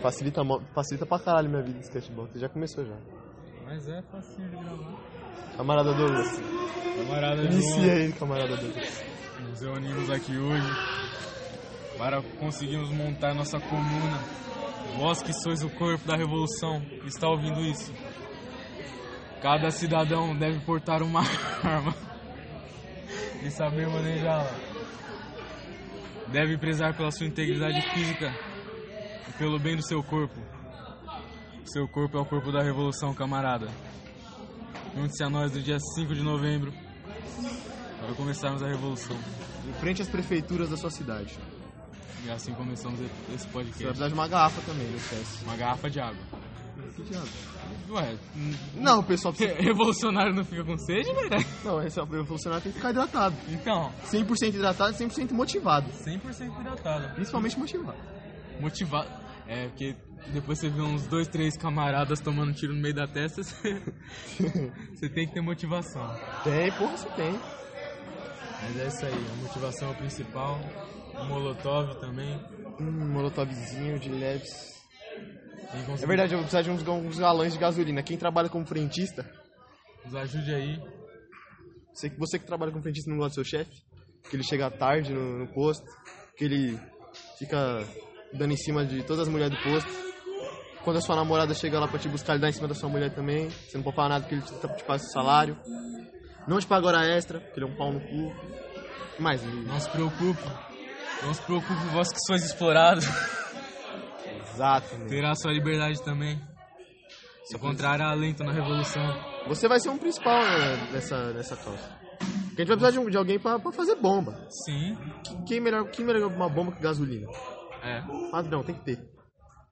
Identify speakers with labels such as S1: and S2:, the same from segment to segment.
S1: Facilita, mo- facilita pra caralho minha vida de skateboard. Você já começou já.
S2: Mas é facinho de gravar.
S1: Camarada Douglas.
S2: Camarada
S1: Inicia
S2: João,
S1: aí, camarada Douglas.
S2: nos reunimos aqui hoje para conseguirmos montar nossa comuna. Vós que sois o corpo da revolução, está ouvindo isso? Cada cidadão deve portar uma arma e saber manejá-la. Deve prezar pela sua integridade física e pelo bem do seu corpo. Seu corpo é o corpo da revolução, camarada. Junte-se a nós no dia 5 de novembro para começarmos a revolução.
S1: Em frente às prefeituras da sua cidade.
S2: E assim começamos esse
S1: Você vai
S2: podcast.
S1: precisar de uma garrafa também, não esquece.
S2: Uma garrafa de água.
S1: Que diabo?
S2: Ué, n-
S1: Não, o pessoal precisa...
S2: revolucionário não fica com sede, velho?
S1: Não, esse é o funcionário tem que ficar hidratado.
S2: Então,
S1: 100% hidratado e 100% motivado.
S2: 100% hidratado.
S1: Principalmente motivado.
S2: Motivado. É, porque depois você vê uns dois, três camaradas tomando tiro no meio da testa, você, você tem que ter motivação.
S1: Tem, porra, você tem.
S2: Mas é isso aí, a motivação é o principal. O Molotov também.
S1: Hum, molotovzinho de leves.
S2: Quem
S1: É
S2: conseguir,
S1: verdade, eu vou precisar de uns, ga- uns galões de gasolina. Quem trabalha como frentista,
S2: Nos ajude aí.
S1: você, você que trabalha como frentista não gosta do seu chefe, que ele chega tarde no, no posto, que ele fica dando em cima de todas as mulheres do posto. Quando a sua namorada chega lá pra te buscar, ele dá em cima da sua mulher também. Você não pode falar nada porque ele te, te passa o salário. Não te paga hora extra, porque ele é um pau no cu. O que mais? Ele-
S2: Não se preocupe. Não se preocupe, vós que sois explorados.
S1: Exato. né?
S2: Terá sua liberdade também. Se contrário a lento na revolução.
S1: Você vai ser um principal né, nessa, nessa causa. Porque a gente vai precisar de, um- de alguém pra, pra fazer bomba.
S2: Sim,
S1: Que- Quem melhor, quem melhor uma bomba que gasolina?
S2: é.
S1: Padrão, tem que ter.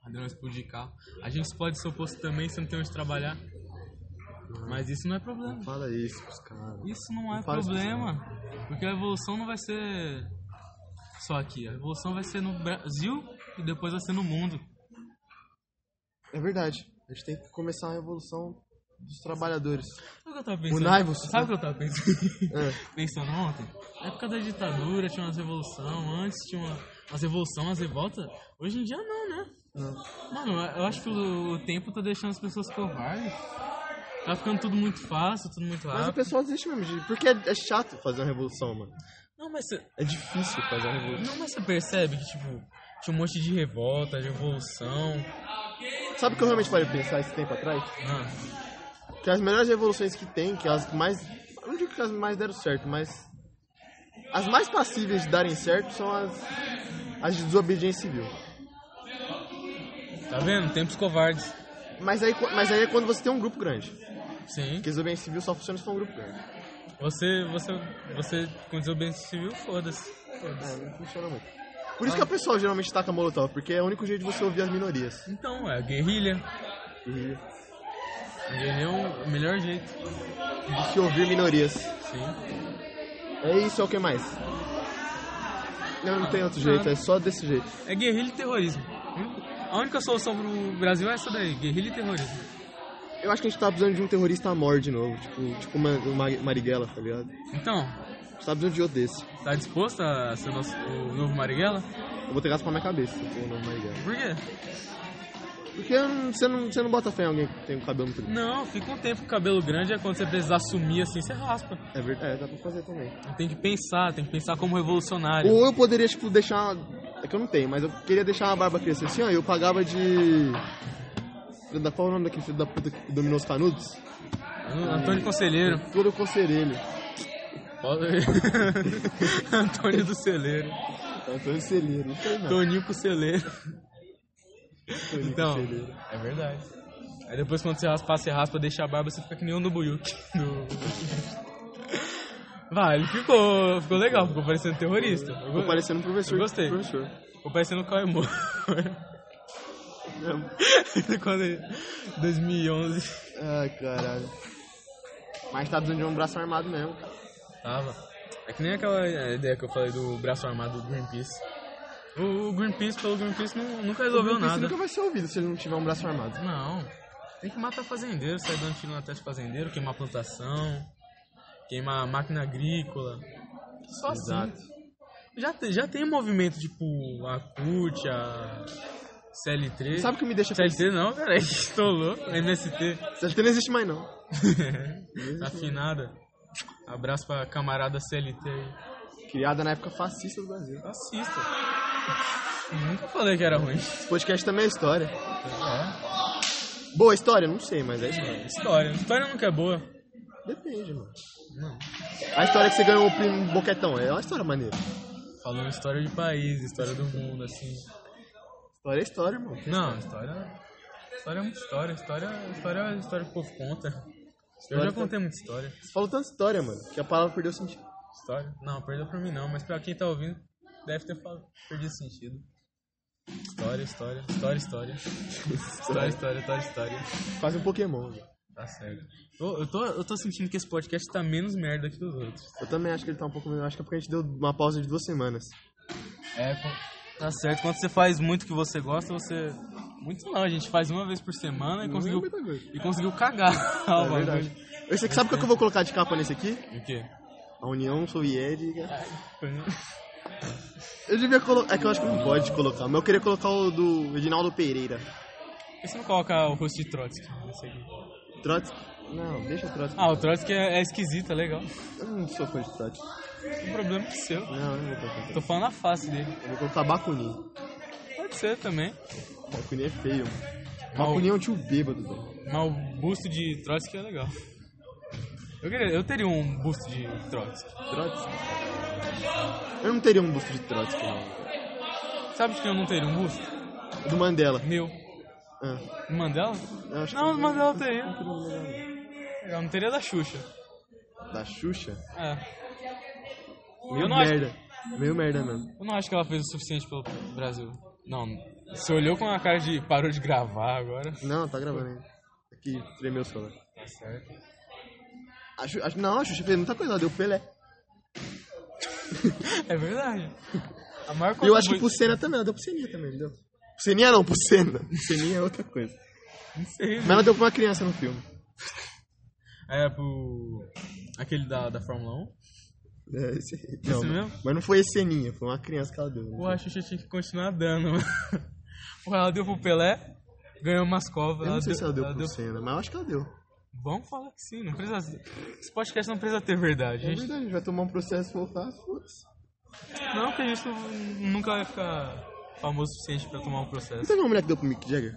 S2: Padrão explodir carro. A gente pode ser oposto também se não tem onde trabalhar. Mas isso não é problema.
S1: Fala isso pros caras.
S2: Isso não é
S1: Não fala isso
S2: problema. Porque a revolução não vai ser só aqui. A revolução vai ser no Brasil e depois vai ser no mundo.
S1: É verdade. A gente tem que começar a revolução dos trabalhadores.
S2: Sabe o que eu tava pensando?
S1: Unai-vos.
S2: Sabe o que eu tava pensando?
S1: É.
S2: pensando ontem? Na época da ditadura tinha umas revolução, antes tinha uma, umas revolução, umas revoltas. Hoje em dia não, né?
S1: Não.
S2: Mano, eu acho que o, o tempo tá deixando as pessoas covardes. Tá ficando tudo muito fácil, tudo muito
S1: Mas o
S2: rápido.
S1: pessoal desiste mesmo. de- Porque é, é chato fazer uma revolução, mano.
S2: Não, mas você.
S1: É difícil fazer uma revolução.
S2: Não, mas você percebe que, tipo, tinha um monte de revolta, de revolução.
S1: Sabe o que eu realmente parei de pensar esse tempo atrás?
S2: Ah,
S1: Que as melhores revoluções que tem, que as mais. eu Não digo que as mais deram certo, mas. As mais passíveis de darem certo são as. As de desobediência civil.
S2: tá vendo? Tempos covardes.
S1: Mas aí, qu- mas aí é quando você tem um grupo grande.
S2: Sim.
S1: Porque desobediência civil só funciona se for um grupo grande.
S2: Você, você, você com desobediência civil, foda-se.
S1: É, não funciona muito. Por isso que a pessoa geralmente taca molotov, porque é o único jeito de você ouvir as minorias.
S2: Então, é a guerrilha.
S1: E
S2: Guerrilha é o melhor jeito.
S1: de se ouvir minorias.
S2: Sim.
S1: É isso, é o que mais? Não, não tem outro jeito, é só desse jeito.
S2: É guerrilha e terrorismo. A única solução pro Brasil é essa daí, guerrilha e terrorismo.
S1: Eu acho que a gente tá precisando de um terrorista à morte de novo, tipo, tipo uma, uma Marighella, tá ligado?
S2: Então,
S1: A gente tá precisando de outro desse.
S2: tá disposto a ser o, nosso, o novo Marighella?
S1: Eu vou ter gasto pra minha cabeça, se for o nome Marighella.
S2: Por quê?
S1: Porque eu não- você não, você não bota fé em alguém que tem o cabelo muito grande.
S2: Não, fica um tempo com o cabelo grande, é quando você precisar sumir assim, você raspa.
S1: É verdade, é, dá pra fazer também.
S2: Tem que pensar, tem que pensar como revolucionário.
S1: Ou eu poderia, tipo, deixar. É que eu não tenho, mas eu queria deixar a barba crescer assim, ó. e Eu pagava de. Filho da- Qual é o nome daquele filho da puta que dominou os canudos?
S2: Antônio Conselheiro.
S1: Todo conselheiro.
S2: Antônio do Celeiro.
S1: Antônio Celeiro, não sei não.
S2: Toninho com Celeiro.
S1: Antônio
S2: Então,
S1: Conselheiro.
S2: é verdade. Aí depois quando você raspar, você raspa, deixa a barba, você fica que nem o Nubuyuki. do- Vai, ele ficou, ficou legal, ficou parecendo terrorista. Eu
S1: Tô
S2: go-
S1: parecendo um professor.
S2: eu gostei.
S1: Professor.
S2: Ficou parecendo o Caimor.
S1: É.
S2: Quando ele- 2011
S1: Ai, caralho. Mas tá precisando de um braço armado mesmo.
S2: tava. É que nem aquela é, ideia que eu falei do braço armado do Greenpeace. O o Greenpeace, pelo Greenpeace, nu- nunca resolveu
S1: Isso
S2: nada.
S1: nunca vai ser ouvido se ele não tiver um braço armado.
S2: Não. Tem que matar fazendeiro, sair dando tiro na testa de fazendeiro, queimar plantação, queimar máquina agrícola. Só
S1: assim.
S2: assim. Já, te- já tem movimento tipo a CUT, a CL3.
S1: Sabe o que me deixa feliz?
S2: CLT não, cara, tô louco. MST,
S1: CLT não existe mais, não.
S2: afinada. Abraço pra camarada CLT aí.
S1: Criada na época fascista do Brasil.
S2: Assista. Nunca falei que era ruim.
S1: Esse podcast também é história. Boa história? Não sei, mas é história.
S2: É, história. História nunca é boa.
S1: Depende, mano.
S2: Não.
S1: A história que você ganhou o primo boquetão é uma história maneira.
S2: Falando história de país, história do mundo, assim.
S1: História é história, irmão.
S2: Não, história. História é muita história. História, história é a história que o povo conta. Eu
S1: História
S2: já
S1: tá-
S2: contei muita história.
S1: Você falou tanta história, mano, que a palavra perdeu o sentido.
S2: História? Não, perdeu pra mim não, mas pra quem tá ouvindo, deve ter fal- perdido sentido. História, história, história, história. História, história, história, história.
S1: Quase um Pokémon, velho.
S2: Tá certo. Eu, eu tô, eu tô sentindo que esse podcast tá menos merda que os outros.
S1: Eu também acho que ele tá um pouco melhor. Acho que é porque a gente deu uma pausa de duas semanas.
S2: É, tá certo. Quando você faz muito que você gosta, você. Muito não, a gente faz uma vez por semana e
S1: Não
S2: conseguiu.
S1: é muita coisa.
S2: E conseguiu cagar. né?
S1: É verdade. Esse aqui, sabe o que eu vou colocar de capa nesse aqui?
S2: O quê?
S1: A União Soviética.
S2: Foi no-
S1: Eu devia colocar. É que eu acho que não pode colocar, mas eu queria colocar o do Edinaldo Pereira.
S2: Por que você não coloca o rosto de Trotsky? Não sei.
S1: Trotsky. Não, deixa o Trotsky.
S2: Ah, o Trotsky é, é esquisito, é legal.
S1: Eu não sou fã de Trotsky.
S2: O problema é seu.
S1: Não, eu não vou colocar.
S2: Tô falando a face dele.
S1: Eu vou colocar Bakunin.
S2: Pode ser também.
S1: Bakunin é feio, mano.
S2: Mal.
S1: Bakunin é um tio bêbado, velho.
S2: Mas o busto de Trotsky é legal. Eu, queria, eu teria um busto de Trotsky.
S1: Trotsky. Eu não teria um busto de Trotsky, não. velho.
S2: Sabe de quem eu não teria um busto?
S1: Do Mandela.
S2: Meu.
S1: Ah,
S2: O Mandela?
S1: eu acho
S2: Não,
S1: que-
S2: o Mandela eu teria.
S1: Não, não, não,
S2: Eu não teria da Xuxa.
S1: não. Da Xuxa?
S2: É.
S1: Meio
S2: não acho-
S1: merda. Meio merda mesmo.
S2: Eu não acho que ela fez o suficiente pelo Brasil. Não. Você olhou com a cara de. parou de gravar agora.
S1: Não, tá gravando ainda. Aqui, tremeu o celular.
S2: Tá certo.
S1: A Xu- a- não, a Xuxa fez muita coisa, ela deu o Pelé.
S2: É verdade. A maior
S1: E eu acho que pro
S2: contribui-
S1: Senna também, ela deu pro Seninha também, não deu? Pro Seninha não, pro Senna. Pro Seninha é outra coisa.
S2: Não sei,
S1: Mas ela deu pra uma criança no filme.
S2: É pro. aquele da, da Fórmula 1.
S1: É, esse, não,
S2: Esse
S1: mas-
S2: mesmo?
S1: Mas não foi esse Seninha, foi uma criança que ela deu.
S2: Porra, a Xuxa tinha que continuar dando, mano. Porra, ela deu pro Pelé, ganhou umas covas.
S1: Eu
S2: ela
S1: não sei se ela deu
S2: ela
S1: pro Senna, mas eu acho que ela deu.
S2: Vamos falar que sim, não precisa. Esse podcast não precisa ter verdade.
S1: É
S2: A gente-
S1: verdade, a gente vai tomar um processo e voltar, foda-se.
S2: Não, que a gente não- nunca vai ficar famoso o suficiente pra tomar um
S1: Não
S2: processo.
S1: teve uma mulher que deu pro Mick Jagger?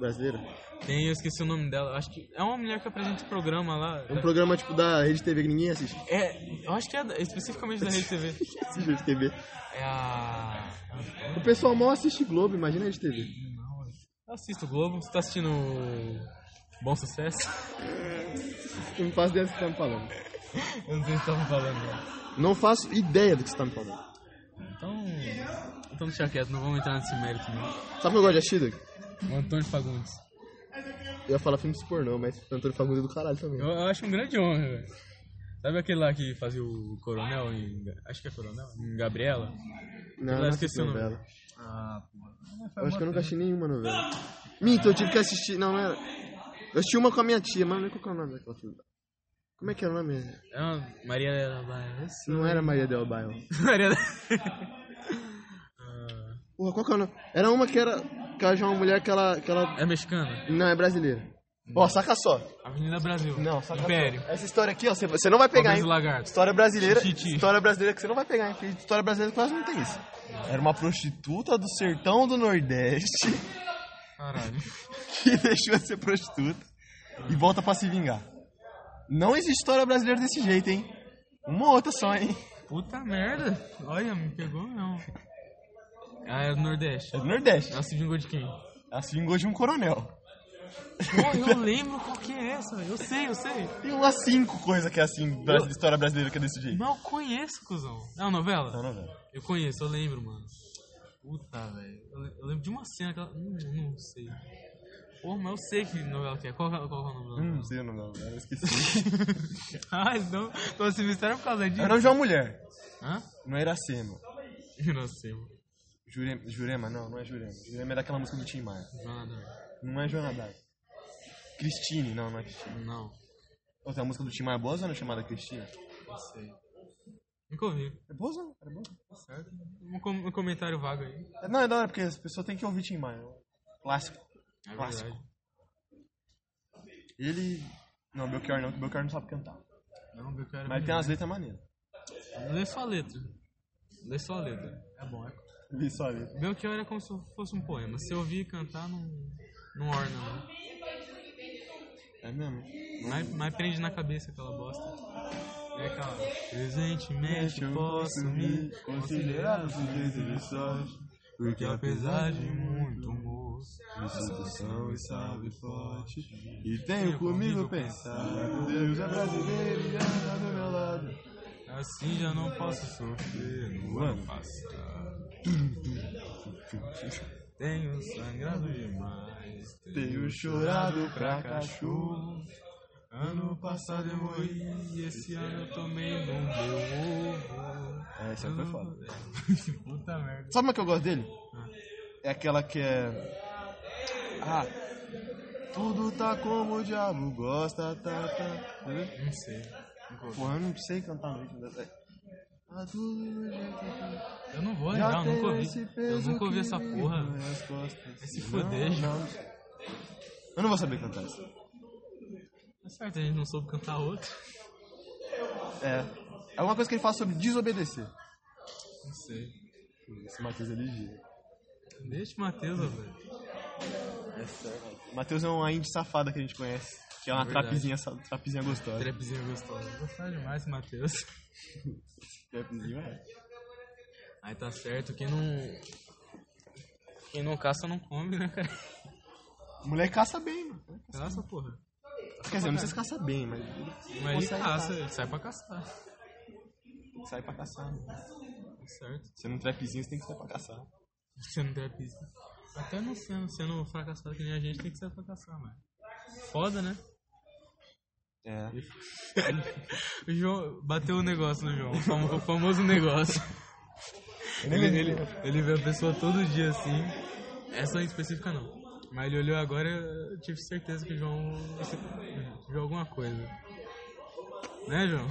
S1: Brasileira?
S2: Tem, eu esqueci o nome dela. Acho que é uma mulher que apresenta o programa lá.
S1: É um programa tipo da Rede TV que ninguém assiste.
S2: É, eu acho que é da- especificamente da Rede TV.
S1: Assiste Rede TV.
S2: É a.
S1: O pessoal mal assiste Globo, imagina a Rede TV.
S2: Não, eu assisto o Globo. Você tá assistindo. Bom sucesso?
S1: Eu não faço ideia do que você tá me falando.
S2: Eu não sei se estavam falando. Não.
S1: Não faço ideia do que você tá me falando.
S2: Então. Então deixa quieto, não vamos entrar nesse mérito não.
S1: Sabe o que eu gosto de assistir, Doug?
S2: O Antônio Fagundes.
S1: Eu ia falar filme de pornô, mas Antônio Fagundes é do caralho também.
S2: Eu, eu acho um grande honra, velho. Sabe aquele lá que fazia o coronel em. Acho que é coronel? Em Gabriela?
S1: Não,
S2: eu
S1: não
S2: esqueci
S1: assisto
S2: o nome.
S1: novela.
S2: Ah, porra.
S1: Eu acho que eu nunca assisti nenhuma novela. Minto, eu tive que assistir. Não, não era. Eu assisti uma com a minha tia, mas não lembro qual que é o nome daquela filha. Como é que é o nome?
S2: É uma Maria da Baia.
S1: Não era Maria Del Bairro.
S2: Maria da.
S1: Porra, qual que é o nome? Era uma que era. Que era já uma mulher que ela. Que ela...
S2: É mexicana?
S1: Não, é brasileira. Ó, saca só.
S2: Avenida Brasil. Império.
S1: Essa história aqui, ó, você- você não vai pegar,
S2: Pobres
S1: hein?
S2: Lagartos.
S1: História brasileira,
S2: Titi.
S1: história brasileira que você não vai pegar, hein? Porque História brasileira quase não tem isso. Era uma prostituta do sertão do Nordeste
S2: Caralho.
S1: que deixou de ser prostituta e volta pra se vingar. Não existe história brasileira desse jeito, hein? Uma ou outra só, hein?
S2: Puta merda. Olha, me pegou não. Ah, é do Nordeste.
S1: É do Nordeste.
S2: Ela se vingou de quem?
S1: Ela se vingou de um coronel.
S2: Pô, eu lembro qual que é essa. Eu sei, eu sei.
S1: Tem umas cinco coisas que é assim, da história brasileira que é desse jeito.
S2: Não, eu conheço, cuzão. É uma novela?
S1: Não, não, velho.
S2: Eu conheço, eu lembro, mano. Puta, velho. Eu, le- eu lembro de uma cena que ela... Hum, não sei. Pô, mas eu sei que novela que é. Qual, que é- qual que é o nome da
S1: Hum,
S2: novela?
S1: Não sei o nome dela, eu esqueci.
S2: Ah, então, então esse mistério é por causa
S1: Era o
S2: disso.
S1: nome de uma mulher.
S2: Hã?
S1: Não era Iracema.
S2: Eu não sei, mano.
S1: Jurema, Jurema, não, não é Jurema. Jurema é daquela música do Tim Maia.
S2: Jonathan.
S1: Não é Joana Dark. Cristine, não, não é Cristine.
S2: Não,
S1: Ou tem a música do Tim Maia é boa zona chamada Cristina?
S2: não sei. Nunca ouvi.
S1: É boa zona? É boa.
S2: Certo? Um, com- um comentário vago aí.
S1: é Não, é da hora, porque as pessoas têm que ouvir Tim Maia. Clássico.
S2: É
S1: Clássico.
S2: verdade.
S1: Ele. Não, Belchior não, que Belchior não sabe cantar.
S2: Não, meu cara.
S1: Mas ele tem umas letras maneiras.
S2: Lê só a letra. Lê só a letra. É bom, é.
S1: Li só a letra.
S2: Belchior é como se fosse um poema. Se eu ouvir cantar, não, não orna, não.
S1: É mesmo?
S2: Mas, mas prende na cabeça aquela bosta. É aquela. Presentemente eu posso me considerar um
S1: os dias e
S2: que,
S1: porque
S2: apesar de muito moço,
S1: Instituição e sabe forte. E tenho comigo pensar. Deus é brasileiro e anda do meu lado.
S2: assim já não posso sofrer no ano passado. Tenho sangrado demais.
S1: Tenho chorado pra cachorro.
S2: Ano passado eu morri, esse ano eu tomei no meu ovo.
S1: É, essa foi foda.
S2: Puta merda.
S1: Sabe uma que eu gosto dele? É aquela que é. Ah. Tudo tá como o diabo gosta, tá, tá. Tá vendo?
S2: Não sei.
S1: Porra, eu não sei cantar mesmo. né, velho? Ah, tudo já-
S2: Eu não vou
S1: já
S2: lembrar, eu
S1: tenho
S2: nunca
S1: esse
S2: ouvi. Eu
S1: peso
S2: nunca ouvi
S1: que
S2: essa
S1: vive
S2: porra.
S1: nas costas.
S2: se fuder.
S1: Não, não. Eu não vou saber cantar isso.
S2: Tá certo, a gente não soube cantar outro.
S1: É. É uma coisa que ele fala sobre desobedecer.
S2: Não sei.
S1: Esse Matheus é ligeiro.
S2: Deixa o Matheus, ó, velho.
S1: É sério. Matheus é uma indie safada que a gente conhece. Que é uma
S2: Verdade.
S1: trapezinha, sa- trapezinha gostosa.
S2: Trapzinho gostoso. Gostava demais, esse Matheus.
S1: Trapezinho, é.
S2: Aí tá certo, quem não. Quem não caça não come, né, cara?
S1: O moleque caça bem, mano.
S2: Caça, porra.
S1: Quer dizer, eu não sei se caça bem, mas
S2: Mas ele
S1: Consegue
S2: caça, ele sai pra caçar.
S1: ele sai pra caçar. Né?
S2: Tá certo.
S1: Sendo um trapezinho, você tem que sair pra caçar.
S2: Sendo trapista. Até não sendo, sendo fracassado que nem a gente tem que ser fracassado, mano. Foda, né?
S1: É.
S2: O João bateu o negócio no João, o famo- o famoso negócio. Ele, ele, ele vê a pessoa todo dia assim. Essa em específica não. Mas ele olhou agora e eu tive certeza que o João se- viu alguma coisa. Né, João?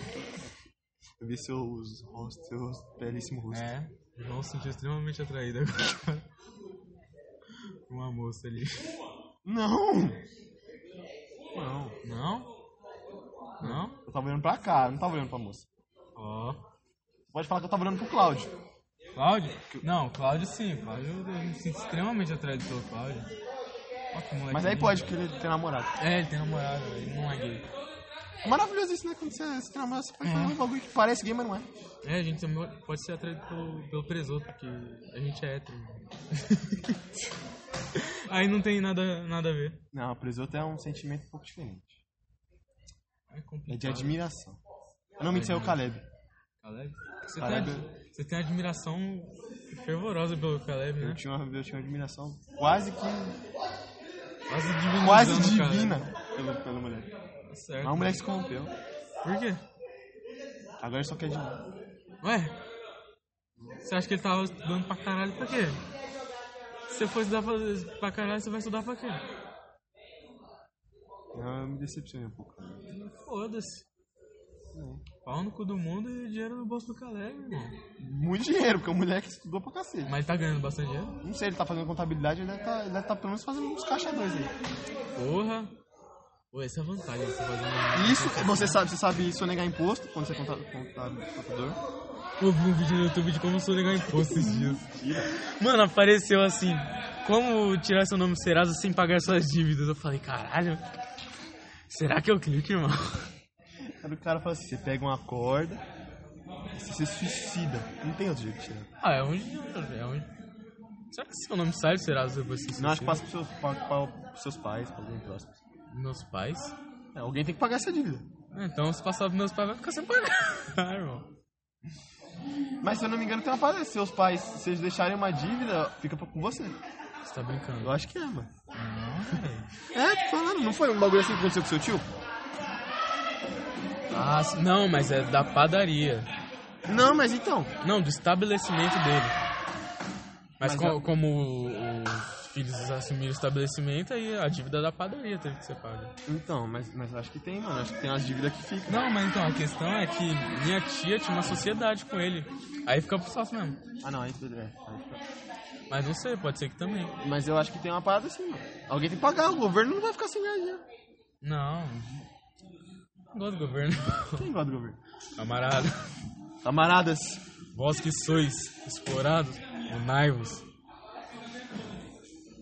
S1: Eu vi seus rostos, seus belíssimos rostos.
S2: É. O João se sentiu extremamente atraído agora. Por Uma moça ali.
S1: Não!
S2: Não. Não? Não?
S1: Eu tava olhando pra cá, não tava olhando pra moça.
S2: Ó.
S1: Pode falar que eu tava olhando pro Cláudio.
S2: Cláudio? Não, Cláudio sim. Cláudio, eu me sinto extremamente atraído pelo Cláudio. Ó, que moleque
S1: Mas aí
S2: lindo.
S1: pode, porque ele tem namorado.
S2: É, ele tem namorada, ele não é gay.
S1: Maravilhoso isso, né? Quando você, você tem namorado, você pode falar um bagulho que parece gay, mas não é.
S2: É, a gente também pode ser atraído pelo, pelo presoto, porque a gente é hétero. aí não tem nada, nada a ver.
S1: Não, presoto é um sentimento um pouco diferente.
S2: É
S1: É
S2: complicado.
S1: de admiração. Eu não me disse, é o Caleb.
S2: Caleb? Você,
S1: Caleb.
S2: Tem, ad- você tem admiração fervorosa pelo Caleb, né?
S1: Eu tinha, uma, eu tinha uma admiração quase que.
S2: Quase divina.
S1: quase divina pela, pela mulher.
S2: Certo.
S1: Mas a mulher se corrompeu.
S2: Por quê?
S1: Agora ele só quer dinheiro.
S2: Ué? Você acha que ele tava estudando pra caralho pra quê? Se você for estudar pra, pra caralho, você vai estudar pra quê?
S1: Eu me decepcionei um pouco.
S2: Foda-se.
S1: É.
S2: Pau no cu do mundo e dinheiro no bolso do Caleb, irmão.
S1: Muito dinheiro, porque é o moleque estudou pra cacete.
S2: Mas ele tá ganhando bastante dinheiro?
S1: Não sei, ele tá fazendo contabilidade, ele deve tá, ele deve tá pelo menos fazendo uns caixa dois aí.
S2: Porra! Pô, essa é a vantagem de você fazer um...
S1: E Isso, você sabe, você sabe sonegar imposto quando você é conta- conta- contador.
S2: Eu vi um vídeo no YouTube de como sonegar imposto esses dias. Mano, apareceu assim, como tirar seu nome do Serasa sem pagar suas dívidas. Eu falei, caralho, será que eu clico, irmão?
S1: Aí o cara fala assim, você pega uma corda, você se suicida. Não tem outro jeito de tirar.
S2: Ah, é um dinheiro, velho, é um... Será que seu nome sai do Serasa depois que você
S1: Não, acho que
S2: tira?
S1: passa pros seus, pa- pa- pros seus pais, pra alguém próximo.
S2: Meus pais?
S1: É, alguém tem que pagar essa dívida.
S2: Ah, Então, se passar pros meus pais, vai ficar sem pagar, Ah, irmão.
S1: Mas se eu não me engano, tem uma parada. Se seus pais, se eles deixarem uma dívida, fica pra- com você.
S2: Você tá brincando.
S1: Eu acho que é, mano.
S2: Não, velho.
S1: É, tô falando. Não foi um bagulho assim que aconteceu com seu tio?
S2: Ah, sim- não, mas é da padaria.
S1: Não, mas então.
S2: Não, do estabelecimento dele. Mas,
S1: Mas
S2: co-
S1: a-
S2: como o- os filhos assumiram o estabelecimento, aí a dívida da padaria teve que ser paga.
S1: Então, mas, mas acho que tem, mano. Acho que tem umas dívidas que ficam.
S2: Não, mas então, a questão é que minha tia tinha uma sociedade com ele. Aí fica pro sócio mesmo.
S1: Ah, não. Aí tudo é. Aí fica-
S2: Mas não sei, pode ser que também.
S1: Mas eu acho que tem uma parada assim, mano. Alguém tem que pagar, o governo não vai ficar sem ganhar dinheiro.
S2: Não. Não gosto do governo.
S1: Quem gosta do governo?
S2: Camarada.
S1: Camaradas,
S2: Vós que sois explorados, unai-vos.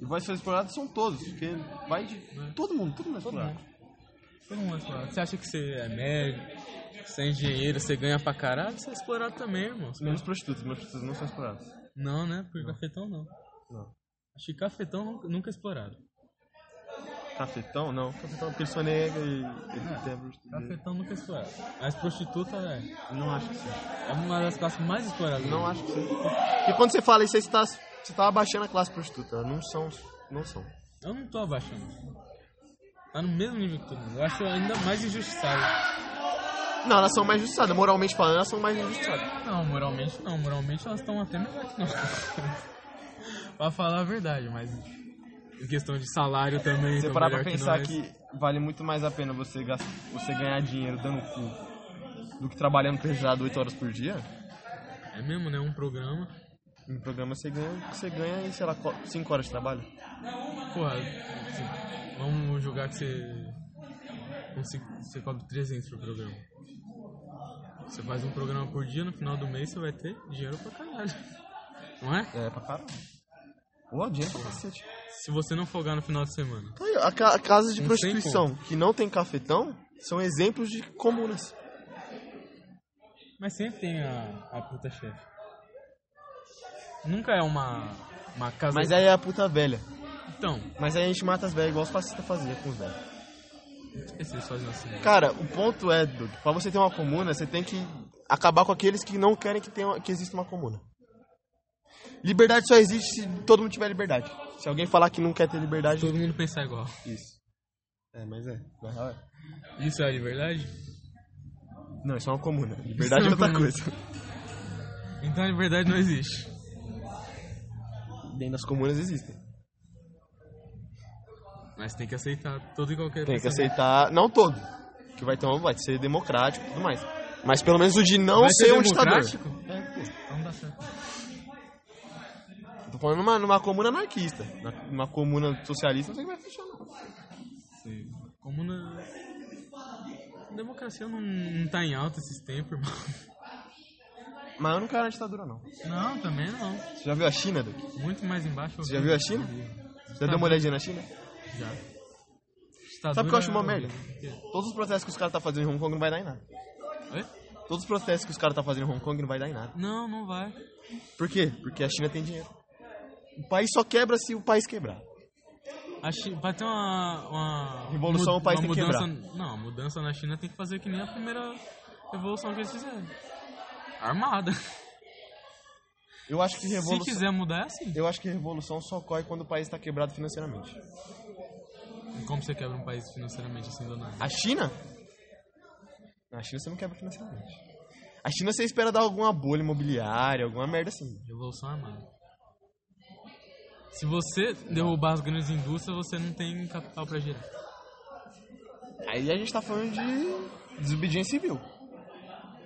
S1: e vai ser explorado são todos, porque vai de todo mundo, todo mundo é explorado.
S2: Todo mundo é explorado. Você acha que você é médico, que você é engenheiro, você ganha pra caralho, você é explorado também, irmão.
S1: Menos prostitutas, menos prostitutas não são exploradas.
S2: Não, né? Porque cafetão não.
S1: Não.
S2: Acho que cafetão nunca- nunca é explorado.
S1: Cafetão? Não. Cafetão porque ele só nega e ele tem a prostituta dele.
S2: Cafetão nunca é explorado. Mas prostituta é,
S1: Não acho que sim.
S2: é uma das classes mais exploradas.
S1: Não acho que sim. Porque quando você fala isso aí, você tá, você tá abaixando a classe prostituta. Não são. Não são.
S2: Eu não tô abaixando. Tá no mesmo nível que todo mundo. Eu acho ainda mais injustiçado.
S1: Não, elas são mais injustiçadas. Moralmente falando, elas são mais injustiçadas.
S2: Não, moralmente não. Moralmente elas estão até melhor que nós. pra falar a verdade, mas em questão de salário também.
S1: Então,
S3: Você
S2: tão
S3: parar pra
S2: melhor
S3: pensar
S2: nós.
S3: que, vale muito mais a pena você, gastar, você ganhar dinheiro dando cu do que trabalhando pesado 8 horas por dia?
S2: É mesmo, né? Um programa.
S3: No programa você ganha, você ganha sei lá, 5 horas de trabalho.
S2: Porra, assim, vamos julgar que você. consi- Você cobre 300 pro programa. Você faz um programa por dia, no final do mês você vai ter dinheiro pra caralho. Não é?
S3: É, pra caralho. Pô, dinheiro pra cacete.
S2: Se você não folgar no final de semana.
S1: Então, aí, a, ca- a casa de
S2: Não tem
S1: prostituição que não tem cafetão são exemplos de comunas.
S2: Mas sempre tem a, a puta chefe. Nunca é uma, uma casa.
S1: Mas aí é a puta velha.
S2: Então,
S1: Mas aí a gente mata as velhas igual os fascistas faziam com os velhos.
S2: esses sozinhos assim. né?
S1: Cara, o ponto é, Doug, pra você ter uma comuna, você tem que acabar com aqueles que não querem que, tenha, que exista uma comuna. Liberdade só existe se todo mundo tiver liberdade. Se alguém falar que não quer ter liberdade,
S2: Todo mundo pensar igual.
S1: isso. É, mas é. Na real é.
S2: Isso é a liberdade?
S1: Não, isso é uma comuna. Liberdade é
S2: Isso é
S1: outra
S2: uma comuna.
S1: coisa.
S2: Então a liberdade não existe.
S1: Dentro das comunas existem.
S2: Mas tem que aceitar todo e qualquer
S1: Tem que
S2: pensamento.
S1: aceitar, não todo, que vai ter uma, vai ser democrático e tudo mais. Mas pelo menos o de não
S2: Vai
S1: ser, um ditador.
S2: democrático?
S1: É, pô.
S2: Então dá certo.
S1: Tô falando numa, numa comuna anarquista. Na- Numa comuna socialista, não sei como é vai funcionar.
S2: Sim. Como na. Democracia não, não tá em alta esses tempos, irmão.
S1: Mas eu não quero a ditadura, não.
S2: Não, também não.
S1: Você já viu a China, Doug?
S2: Muito mais embaixo.
S1: Você já viu a China? Você
S2: Uhum.
S1: já deu uma olhadinha na China?
S2: Já.
S1: Sabe o que eu acho uma
S2: Ditadura-
S1: merda? Todos os processos que os caras tá fazendo em Hong Kong não vai dar em nada.
S2: Oi?
S1: Todos os processos que os caras tá fazendo em Hong Kong não vai dar em nada.
S2: Não, não vai.
S1: Por quê? Porque a China tem dinheiro. O país só quebra se o país quebrar.
S2: A Chi- Pra ter uma, uma
S1: Revolução,
S2: mud-
S1: o país
S2: uma
S1: tem que
S2: mudança, Não, a mudança na China tem que fazer que nem a primeira revolução que eles fizeram. Armada.
S1: Eu acho que
S2: Se
S1: revolução.
S2: quiser mudar é assim.
S1: Eu acho que revolução só ocorre quando o país está quebrado financeiramente.
S2: E Como você quebra um país financeiramente assim do nada?
S1: A China? Não, a China você não quebra financeiramente. A China você espera dar alguma bolha imobiliária, alguma merda assim.
S2: Revolução armada. Se você derrubar as grandes indústrias, você não tem capital pra gerar.
S1: Aí a gente tá falando de desobediência civil.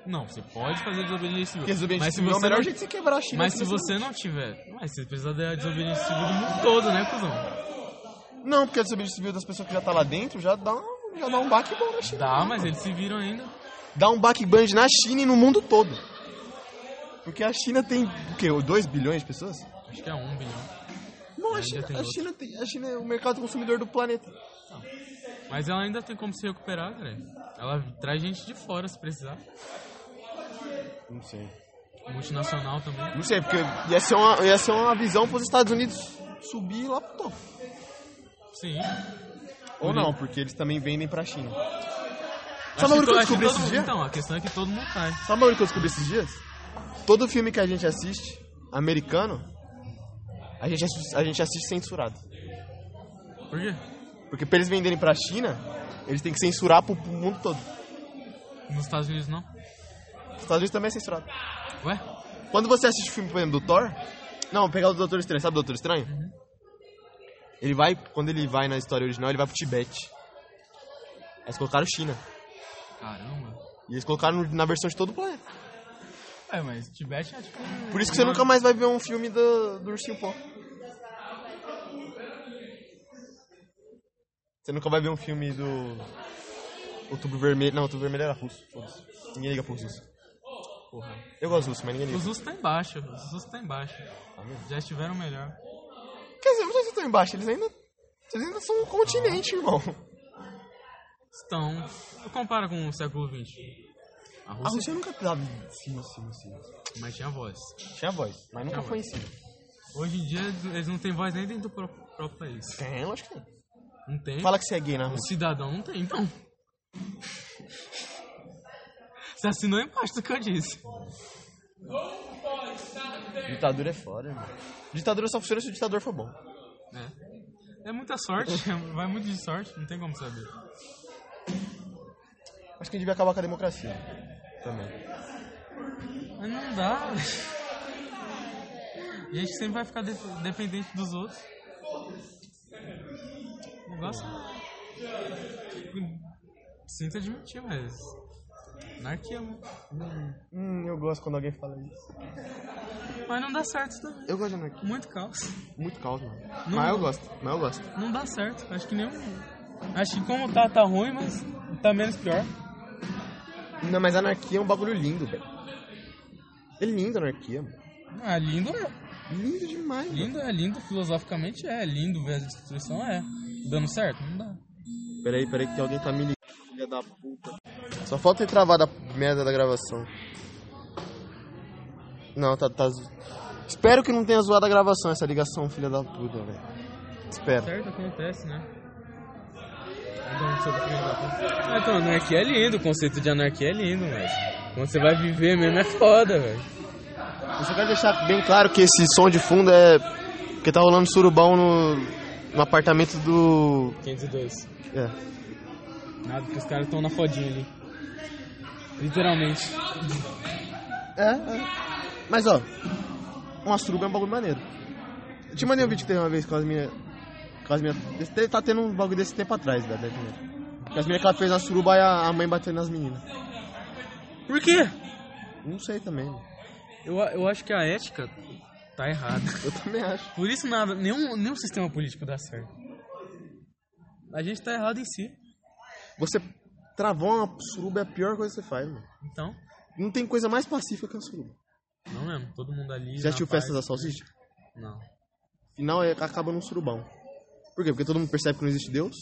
S2: Não, você pode fazer desobediência
S1: Porque
S2: civil.
S1: desobediência
S2: mas se
S1: civil é o
S2: você
S1: melhor
S2: não-
S1: jeito de você quebrar a China.
S2: Mas se
S1: financeiramente.
S2: você não tiver. Mas você precisa da desobediência civil do mundo todo, né, cuzão?
S1: Não, porque a desobediência civil das pessoas que já tá lá dentro já dá um, já dá um baque bom na China.
S2: Tá, mas eles se viram ainda.
S1: Dá um baque grande na China e no mundo todo. Porque a China tem o quê? 2 bilhões de pessoas?
S2: Acho que é um bilhão.
S1: Não, a
S2: Ainda
S1: China,
S2: tem
S1: a
S2: outro.
S1: China tem- a China é o mercado consumidor do planeta.
S2: Mas ela ainda tem como se recuperar, cara. Ela traz gente de fora se precisar.
S1: Não sei.
S2: Multinacional também.
S1: Não sei, porque ia ser uma, ia ser uma visão para os Estados Unidos subir lá pro topo.
S2: Sim.
S1: Ou não, porque eles também vendem pra China.
S2: Acho
S1: Sabe o que eu
S2: to- acho
S1: descobri
S2: todo
S1: esses
S2: mundo-
S1: dias?
S2: Então, a questão é que todo mundo cai.
S1: Sabe o que eu descobri esses dias? Todo filme que a gente assiste, americano, a gente, assi- a gente assiste censurado.
S2: Por quê?
S1: Porque pra eles venderem pra China, eles têm que censurar pro, pro mundo todo.
S2: Nos Estados Unidos não.
S1: Os Estados Unidos também é censurado.
S2: Ué?
S1: Quando você assiste o filme, por exemplo, do Thor, não, vou pegar o Doutor Estranho, sabe o Doutor Estranho? Ele vai, quando ele vai na história original, ele vai pro Tibete. Aí Eles colocaram China.
S2: Caramba.
S1: E eles colocaram na versão de todo o planeta.
S2: É, mas Tibete é tipo.
S1: Por isso que você nunca mais vai ver um filme um do, do Ursinho Pó. Você nunca vai ver um filme do. Outubro Vermelho. Não, Outubro Vermelho era russo. Foda-se. Ninguém liga pros russos.
S2: Porra.
S1: Eu gosto dos russos, mas ninguém
S2: Os
S1: liga.
S2: russos tá embaixo, os russos tá embaixo. Já estiveram melhor.
S1: Quer dizer, os russos estão embaixo, eles ainda. Eles ainda são um continente, irmão.
S2: Estão. Então, Eu comparo com o século XX. A
S1: A
S2: Rússia,
S1: Rússia nunca tava em cima, cima, cima.
S2: mas tinha voz.
S1: Tinha voz, mas nunca
S2: Tinha
S1: foi em cima.
S2: Hoje em dia eles- eles não têm voz nem dentro do pró- próprio país.
S1: Tem, lógico que tem.
S2: Não tem.
S1: Fala que você é gay na
S2: O
S1: Rússia.
S2: cidadão não tem, então. Você assinou embaixo do que eu disse.
S1: Ditadura é foda, irmão. Ditadura só funciona se o ditador for bom.
S2: É. É muita sorte, vai muito de sorte, não tem como saber.
S1: Acho que a gente devia acabar com a democracia. Também.
S2: Mas não dá. A gente sempre vai ficar de- dependente dos outros. O negócio é- tipo, Sinto admitir, mas. Anarquia, né? mano.
S1: Hum, eu gosto quando alguém fala isso.
S2: Mas não dá certo isso também.
S1: Eu gosto de anarquia.
S2: Muito caos.
S1: Muito caos, mano.
S2: Não.
S1: Mas eu gosto, mas eu gosto.
S2: Não dá certo. Acho que nenhum. Acho que como tá, tá ruim, mas tá menos pior.
S1: Não, mas anarquia é um bagulho lindo, velho. É lindo a anarquia, mano.
S2: Ah, lindo é.
S1: Lindo demais, mano.
S2: Lindo é, lindo filosoficamente é. Lindo ver a destruição é. Dando certo? Não dá.
S1: Peraí, peraí, que alguém tá me ligando, filha da puta. Só falta ter travado a merda da gravação. Não, tá, tá. zo- Espero que não tenha zoado a gravação essa ligação, filha da puta, velho. Espero.
S2: Certo, acontece, né? Ah, Então, anarquia é lindo, o conceito de anarquia é lindo, mas quando você vai viver mesmo é foda, velho.
S1: Eu só quero deixar bem claro que esse som de fundo é. Porque tá rolando surubão no. no apartamento do.
S2: 502.
S1: É.
S2: Nada, que os caras estão na fodinha ali. Literalmente.
S1: É, é. Mas ó, uma suruba é um bagulho maneiro. Eu te mandei um vídeo que teve uma vez com as minhas. Com as minhas. esse- Tá tendo um bagulho desse tempo atrás, velho. deve ter. Com as meninas que ela fez na suruba e a a mãe batendo nas meninas.
S2: Por quê?
S1: Não sei também. né?
S2: Eu, a- eu acho que a ética tá errada.
S1: Eu também acho.
S2: Por isso nada, nenhum, nenhum sistema político dá certo. A gente tá errado em si.
S1: Você travar uma suruba é a pior coisa que você faz, mano.
S2: Então,
S1: Não tem coisa mais pacífica que a suruba.
S2: não mesmo, todo mundo ali.
S1: Já assistiu Festas da
S2: da
S1: Salsicha?
S2: Não.
S1: Final é, acaba num surubão. Por quê? Porque todo mundo percebe que não existe Deus.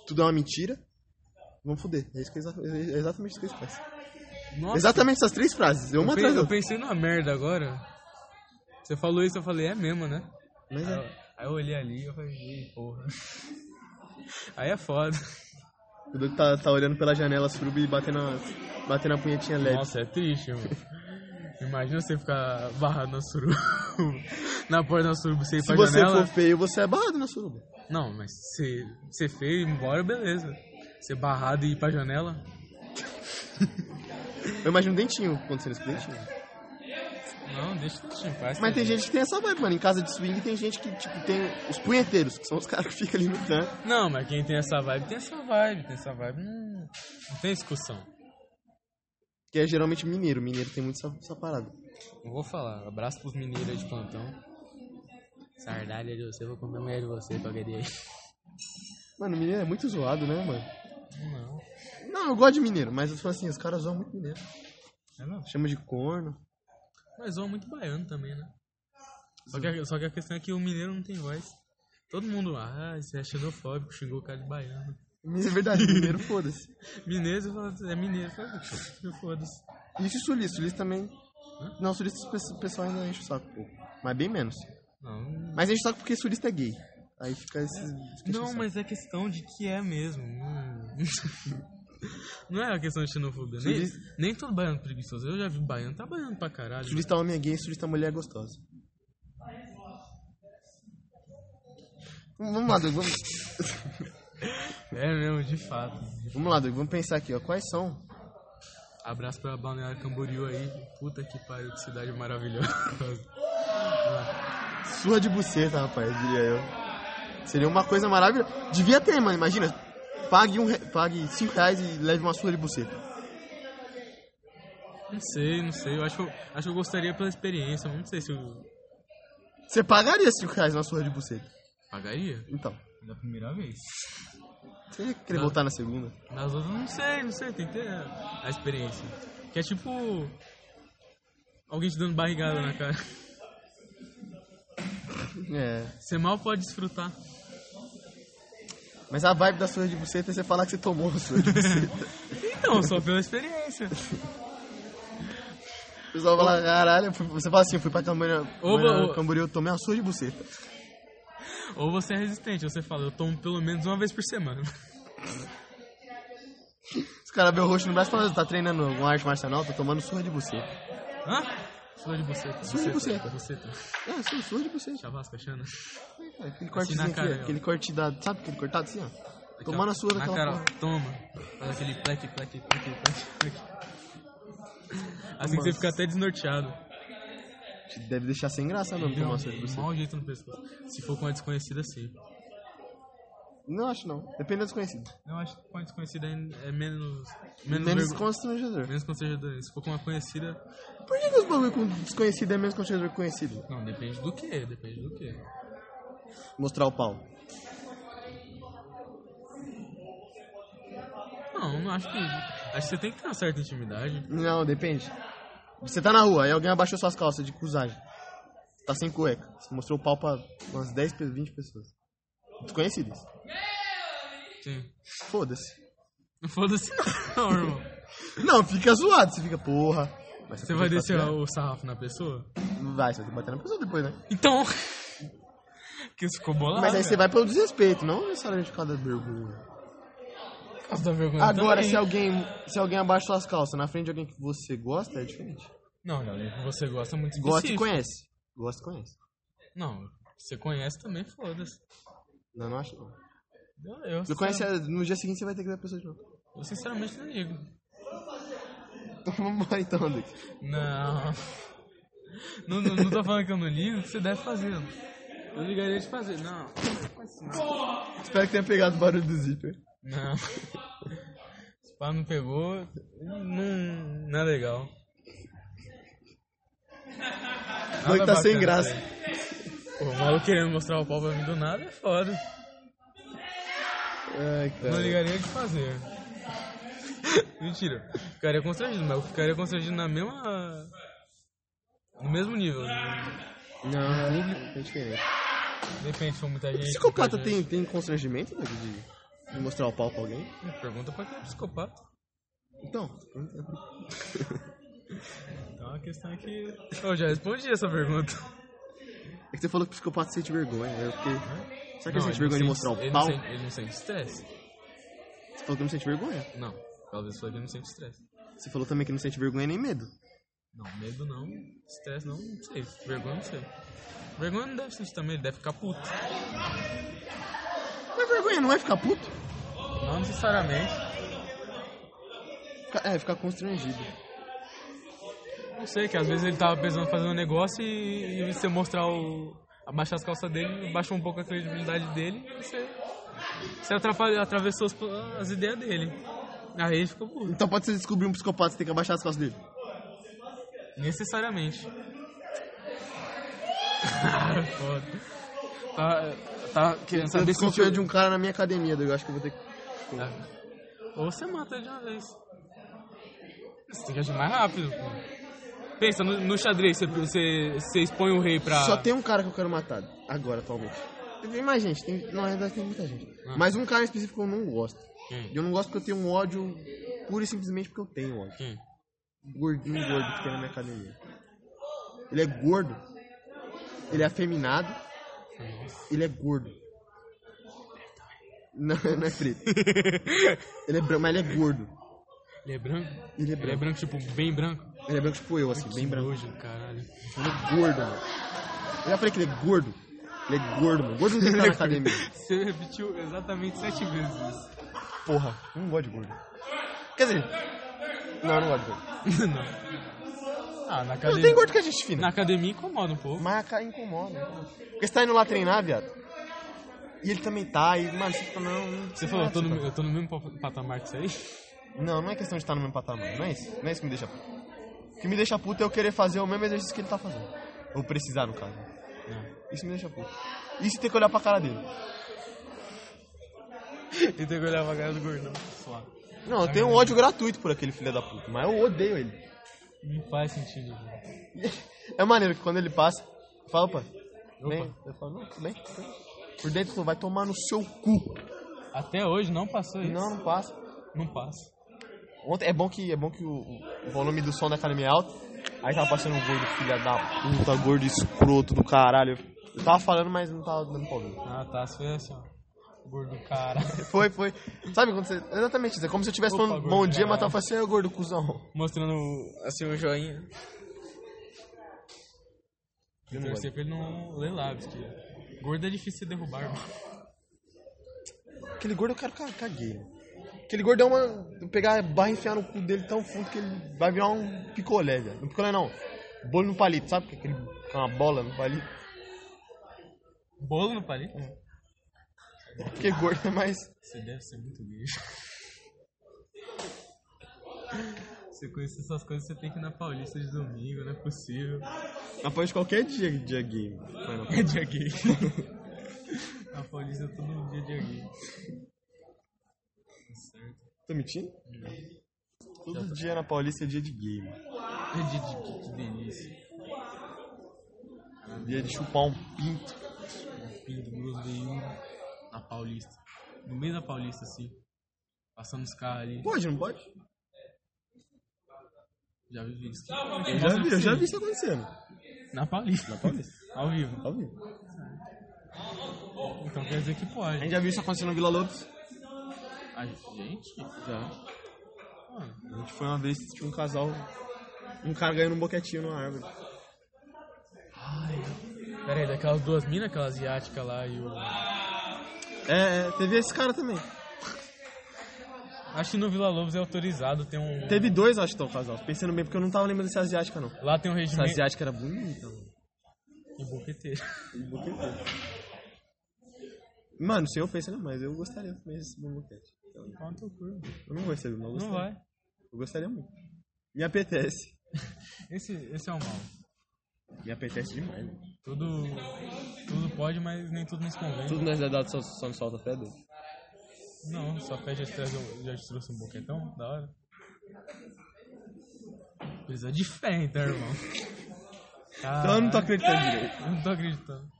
S1: que Tudo é uma mentira. Vamos foder. É, isso que é exa- é exatamente isso que eles fazem.
S2: Nossa,
S1: Exatamente essas três frases. Uma
S2: eu, pe-
S1: atrás da
S2: eu
S1: outra.
S2: pensei numa merda agora. Você falou isso, eu falei, é mesmo, né?
S1: Mas
S2: Aí
S1: é.
S2: eu, aí eu olhei ali e eu falei, "Ih, porra. Aí é foda.
S1: O Doug tá, tá olhando pela janela suruba e batendo a, batendo a punhetinha leve.
S2: Nossa, é triste, mano. Imagina você ficar barrado na suruba. na porta da suruba, você ir
S1: Se
S2: pra
S1: você
S2: janela.
S1: for feio, você é barrado na suruba.
S2: Não, mas você, você feio e ir embora, beleza. Ser barrado e ir pra janela.
S1: Eu imagino um dentinho acontecendo isso com o dentinho.
S2: Não, deixa assim, o em
S1: Mas
S2: paz.
S1: tem
S2: tadinho.
S1: gente que tem essa vibe, mano. Em casa de swing tem gente que, tipo, tem os punheteiros, que são os caras que ficam ali no canto.
S2: Não, mas quem tem essa vibe, tem essa vibe. Tem essa vibe, não, não tem discussão.
S1: Que é geralmente mineiro. Mineiro tem muito essa, essa parada.
S2: Não vou falar. Abraço pros mineiros aí de plantão. Sardalha de você, vou comer a mulher de você qualquer dia.
S1: Mano, mineiro é muito zoado, né, mano?
S2: Não,
S1: Não, eu gosto de mineiro, mas eu falo assim, os caras zoam muito mineiro.
S2: é não.
S1: Chama de corno.
S2: Mas zoa muito baiano também, né? Só que, a, só que a questão é que o mineiro não tem voz. Todo mundo, ah, isso é xenofóbico, xingou o cara de baiano.
S1: Mas é verdade, mineiro, foda-se.
S2: Mineiro, você fala, é mineiro, fala, foda-se.
S1: Isso e sulista, sulista também. Não, sulista o pessoal ainda enche o saco um pouco. Mas bem menos.
S2: Não,
S1: Mas enche o saco porque sulista é gay. Aí fica esse. fica enchendo o
S2: não
S1: saco.
S2: mas é questão de que é mesmo. Não, não é a questão de xenofobia.
S1: Você
S2: Nem,
S1: disse-
S2: nem todo baiano é preguiçoso. Eu já vi baiano, tá baiano pra caralho.
S1: Sulista homem é gay, sulista mulher é gostosa. Vamos vamos lá, Doug, vamos,
S2: É mesmo, de fato.
S1: vamos lá, Doug, vamos pensar aqui, ó. Quais são?
S2: Abraço pra Balneário Camboriú aí. Puta que pariu, que cidade maravilhosa.
S1: Surra de buceta, rapaz, diria eu. Seria uma coisa maravilhosa. Devia ter, mano, imagina. Pague, um, re- pague cinco reais e leve uma surra de buceta.
S2: Não sei, não sei. Eu acho, que eu- acho que eu gostaria pela experiência. mas Não sei se eu.
S1: Você pagaria cinco reais numa surra de buceta.
S2: Pagaria?
S1: Então.
S2: Da primeira vez.
S1: Você ia querer
S2: Não.
S1: voltar na segunda?
S2: Nas outras, não sei, não sei, tem que ter a experiência. Que é tipo. Alguém te dando barrigada na cara.
S1: É.
S2: Você mal pode desfrutar.
S1: Mas a vibe da surra de buceta é você falar que você tomou a surra de buceta.
S2: Então, só pela experiência.
S1: O pessoal fala, caralho, eu fui- você fala assim, eu fui pra Camboriú,
S2: Ô,
S1: Camboriú-
S2: ô.
S1: Camboriú, eu tomei uma surra de buceta.
S2: Ou você é resistente, ou você fala, eu tomo pelo menos uma vez por semana.
S1: Os caras veem o rosto no braço e falam, tá treinando alguma arte marcial? Não, tô tomando surra de buceta. É,
S2: Hã? Sou de buceta.
S1: Sou de buceta.
S2: Buceta. buceta.
S1: É, sim, surra de buceta.
S2: Chavasca, Xana.
S1: Aquele cortezinho
S2: Assim na cara,
S1: aqui,
S2: ó.
S1: ó, aquele corte da, sabe aquele cortado assim, ó?
S2: Aqui,
S1: Tomar
S2: ó,
S1: na sua
S2: Na
S1: daquela
S2: cara, ó,
S1: porra.
S2: toma. Faz aquele pleque, pleque, pleque, pleque, pleque. Assim que você
S1: Nossa.
S2: fica até desnorteado.
S1: Te Deve deixar sem graça mesmo
S2: Deu
S1: tomar
S2: um
S1: uma surra de buceta.
S2: mau jeito no pescoço. Se for com uma desconhecida, sim.
S1: Não acho não, depende da desconhecida.
S2: Eu acho que com uma desconhecida ainda é menos. Menos,
S1: Menos
S2: vergo-
S1: constrangedor.
S2: menos constrangedor. Se for com uma conhecida.
S1: Por que que os bagulho com desconhecido é menos constrangedor que conhecido?
S2: Não, depende do que, depende do que.
S1: Mostrar o pau.
S2: Não, não acho que. Acho que você tem que ter uma certa intimidade.
S1: Não, depende. Você tá na rua, aí alguém abaixou suas calças de cruzagem. Tá sem cueca. Você mostrou o pau pra umas 10, pe- 20 pessoas. Desconhecidas.
S2: Sim.
S1: Foda-se.
S2: Não foda-se, não, irmão.
S1: Não, fica zoado. Você fica, porra. Mas
S2: Você vai
S1: podia
S2: descer
S1: fazer-
S2: o sarrafo na pessoa?
S1: Vai, você vai ter que bater na pessoa depois, né?
S2: Então. que isso ficou bolado. né?
S1: Mas aí você
S2: velho.
S1: vai pelo desrespeito, não necessariamente por causa da vergonha.
S2: Por causa da vergonha
S1: Agora,
S2: também.
S1: se alguém, se alguém abaixa suas calças na frente de alguém que você gosta, é diferente.
S2: Não, galera, que você gosta muito
S1: Gosta e
S2: específico.
S1: conhece. Gosta e conhece.
S2: Não, você conhece também, foda-se.
S1: Não, não acho não.
S2: Eu, eu,
S1: Não conhece, no dia seguinte você vai ter que dar a pessoa de novo.
S2: eu sinceramente não ligo.
S1: Então vamos embora então, Alex.
S2: Não. não, não. não tô falando que eu não ligo, que você deve fazer. Eu ligaria de fazer, não.
S1: Espero que tenha pegado o barulho do zíper.
S2: Não. Se pá não pegou, não, não é legal.
S1: Não que tá sem
S2: bacana,
S1: graça.
S2: velho. Pô, o maluco querendo mostrar o pau pra mim do nada é foda.
S1: Ai,
S2: Eu não
S1: cara.
S2: ligaria de fazer. Mentira. Ficaria constrangido, mas eu ficaria constrangido na mesma. No mesmo nível. né?
S1: Não, é diferente. É,
S2: Depende, se for muita gente.
S1: Psicopata
S2: muita
S1: tem, tem constrangimento né, de, de mostrar o pau pra alguém?
S2: gente. Pergunta pra quem é psicopata.
S1: Então,
S2: Então a questão é que. Eu já respondi essa pergunta.
S1: é que você falou que psicopata sente vergonha. né, Eu fiquei. Será que ele
S2: Não,
S1: sente vergonha de mostrar
S2: ele
S1: o
S2: não
S1: pau?
S2: sente- Ele não sente estresse?
S1: Você falou que não sente vergonha.
S2: Não. Talvez só ele não sente estresse.
S1: Você falou também que não sente vergonha nem medo.
S2: Não, medo não. Estresse não, não sei. Vergonha não sei. Vergonha não deve sentir também, ele deve ficar puto.
S1: Mas vergonha não é ficar puto?
S2: Não necessariamente.
S1: Fica- É, ficar constrangido.
S2: Não sei, que às vezes ele tava pensando em fazer um negócio e, e você mostrar o. abaixar as calças dele, baixou um pouco a credibilidade dele e você. Você atrapalhou, atravessou as, as ideias dele. Aí ele ficou puto.
S1: Então pode ser descobrir um psicopata, você tem que abaixar as costas dele.
S2: Necessariamente. Foda. Tá, tá querendo
S1: eu
S2: saber se
S1: desconfio
S2: eu-
S1: de um cara na minha academia, eu acho que eu vou ter que.
S2: Tá. Ou você mata ele de uma vez. Você tem que agir mais rápido. Pô. Pensa, no, no xadrez você, você, você expõe o rei pra.
S1: Só tem um cara que eu quero matar agora, atualmente. Tem mais gente, tem, na verdade tem muita gente.
S2: Ah.
S1: Mas um cara específico eu não gosto.
S2: Quem?
S1: E eu não gosto porque eu tenho um ódio puro e simplesmente porque eu tenho ódio.
S2: Quem?
S1: Um Gordinho gordo que tem na minha academia. Ele é gordo. Ele é afeminado. Ele é gordo. Não, não é preto. ele é branco, mas ele é gordo.
S2: Ele é branco?
S1: Ele é
S2: Ele é
S1: branco.
S2: branco, tipo, bem branco?
S1: Ele é branco tipo eu, assim, bem
S2: Que
S1: branco.
S2: nojo, caralho.
S1: Ele é gordo, mano. Eu já falei que ele é gordo. Ele é gordo, mano. Gordo não tem que estar na academia.
S2: Você repetiu exatamente sete vezes isso.
S1: Porra, eu não gosto de gordo. Quer dizer, não, eu não gosto de gordo.
S2: Não. Ah, na
S1: Não,
S2: academia.
S1: tem gordo que a gente fina.
S2: Na academia incomoda um pouco.
S1: Mas a cara incomoda. né? Porque você tá indo lá treinar, viado. E ele também tá, e, mano, você fica, não. não
S2: Você
S1: sei
S2: falou,
S1: lá,
S2: eu tô, no,
S1: você
S2: eu tô no mesmo pa- patamar que você aí?
S1: tá- Não, não é questão de estar no mesmo patamar, não é isso. Não é isso que me deixa puto. O que me deixa puto é eu querer fazer o mesmo exercício que ele tá fazendo. Ou precisar, no caso.
S2: Não.
S1: Isso me deixa puto. Isso tem que olhar pra cara dele.
S2: E tem que olhar pra cara do gordão. Suave.
S1: Não, eu tenho um ódio gratuito por aquele filho da puta, mas eu odeio ele.
S2: Não faz sentido. velho.
S1: É maneiro que quando ele passa, fala, opa,
S2: Opa.
S1: bem. Eu falo, não, tudo bem. tudo bem. Por dentro, tu vai tomar no seu cu.
S2: Até hoje não passou isso.
S1: Não, não passa.
S2: Não passa.
S1: Ontem é bom que é bom que o, o volume do som da academia é alto. Aí tava passando um gordo, filha da puta, gordo escroto do caralho. Eu tava falando, mas não tava dando pra ouvir.
S2: Ah, tá. Isso foi assim, ó. Gordo cara.
S1: Foi, foi. Sabe quando você. Exatamente isso. É como se eu estivesse
S2: Opa,
S1: falando
S2: gordo,
S1: bom dia,
S2: caralho.
S1: mas tava falando assim, "Ô, gordo, cuzão.
S2: Mostrando assim o joinha.
S1: Eu não
S2: Torcer pra ele não ler lábios, que gordo é difícil de derrubar, mano.
S1: Aquele gordo eu quero ca- caguei. né? Aquele gordo é uma. Pegar a barra e enfiar no cu dele tão fundo que ele vai virar um picolé, velho. Não picolé não. Bolo no palito, sabe? Que é Aquele, com uma bola no palito.
S2: Bolo no palito?
S1: Porque gordo é mais.
S2: Você deve ser muito bicho. Você conhece essas coisas, você tem que ir na Paulista de domingo, não é possível.
S1: Apoio de qualquer dia, dia game.
S2: É dia gay. na Paulista é todo dia dia gay. Tá certo.
S1: Tô mentindo? Todo dia na Paulista é dia de game.
S2: É dia de gay, que delícia.
S1: Dia de chupar um pinto.
S2: Pinto grosso nenhum na Paulista. No meio da Paulista, assim. Passando os carros ali.
S1: Pode, não pode?
S2: Já vi isso.
S1: Eu já vi, eu já vi isso acontecendo.
S2: Na Paulista. Na
S1: Paulista.
S2: Ao vivo.
S1: Tá ouvindo?
S2: Então quer dizer que
S1: A
S2: pode.
S1: gente já viu isso acontecendo no Vila Lobos.
S2: A gente?
S1: Já. Ah,
S2: Mano,
S1: A gente foi uma vez, tinha um casal. Um cara ganhando um boquetinho numa árvore.
S2: Pera aí, daquelas duas minas, aquela asiática lá e o.
S1: É, é, teve esse cara também.
S2: Acho que no Vila Lobos é autorizado, tem um.
S1: Teve dois, acho, então, casal. Pensando bem, porque eu não tava lembrando desse asiática, não.
S2: Lá tem um
S1: Essa
S2: regimento.
S1: asiática era bonita, mano.
S2: E boqueteiro.
S1: E boquete. Mano, sem ofensa, né? Mas eu gostaria também desse bom boquete. Eu
S2: Pau no teu cu, irmão.
S1: não vou receber, mas eu
S2: Não
S1: gostaria.
S2: vai.
S1: Eu gostaria muito. Me apetece.
S2: Esse, esse é o mal.
S1: Me apetece demais, mano.
S2: Tudo. Tudo pode, mas nem tudo nos convém.
S1: Tudo nós é dado só, só nos falta fé, Deus.
S2: Não, só pé já te, traz um- já te trouxe um boquetão, da hora. Precisa de fé, então, irmão. Ah.
S1: Então eu não tô
S2: Caralho.
S1: acreditando direito.
S2: Eu não tô acreditando.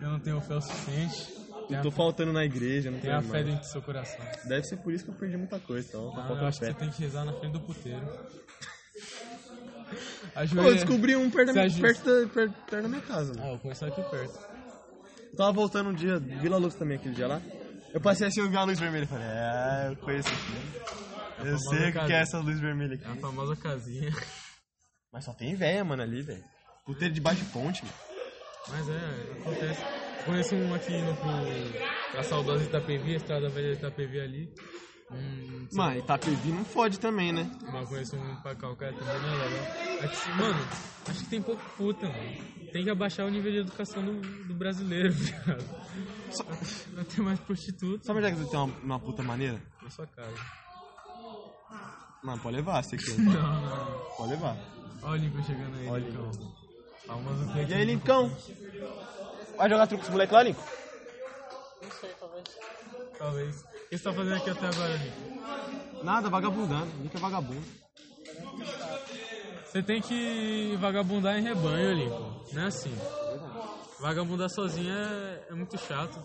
S2: Eu não tenho fé o suficiente. Tem
S1: Eu
S2: a,
S1: tô faltando na igreja, não
S2: tem
S1: tenho
S2: a fé
S1: mais.
S2: dentro do seu coração.
S1: Deve ser por isso que eu perdi muita coisa, então.
S2: Ah,
S1: Falta
S2: eu acho que
S1: fé.
S2: você tem que rezar na frente do puteiro.
S1: Pô,
S2: Ajoelha...
S1: eu descobri um perto da,
S2: Você
S1: minha,
S2: ajuda.
S1: perto, da, perto, perto da minha casa, mano.
S2: Ah, eu conheço aqui perto.
S1: Eu tava voltando um dia, Vila Luz também, aquele dia lá. Eu passei assim, eu vi a luz vermelha. eu Falei, ah, eu conheço aqui. Eu
S2: famosa
S1: sei o que
S2: casa.
S1: é essa luz vermelha
S2: É a
S1: aqui.
S2: famosa casinha.
S1: Mas só tem véia, mano, ali, velho. Puteiro debaixo de ponte, mano.
S2: Mas é, acontece. Eu conheço um aqui no pro, pra saudosa Itapevi, a estrada velha de Itapevi ali. Hum,
S1: Mano, Itapevi não fode também, né?
S2: mas conheço um pra cá, o cara também não é legal. É que, mano, acho que tem pouco puta, mano. Tem que abaixar o nível de educação do, do brasileiro, viado. Pra ter mais prostituta
S1: Sabe onde é que tem uma, uma puta maneira?
S2: na sua casa.
S1: Mano, pode levar essa aqui.
S2: Não, não, não.
S1: pode levar.
S2: Olha o Lincoln chegando aí,
S1: Olha o
S2: Lincão. Famoso
S1: E aí, Lincão? Vai jogar truco com os moleques lá, Lincoln?
S2: Talvez. O que você tá fazendo aqui até agora, Lico?
S1: Nada, vagabundando. Lincoln é vagabundo.
S2: Você tem que vagabundar em rebanho, Lico. Não é assim. Vagabundar sozinho é, é muito chato.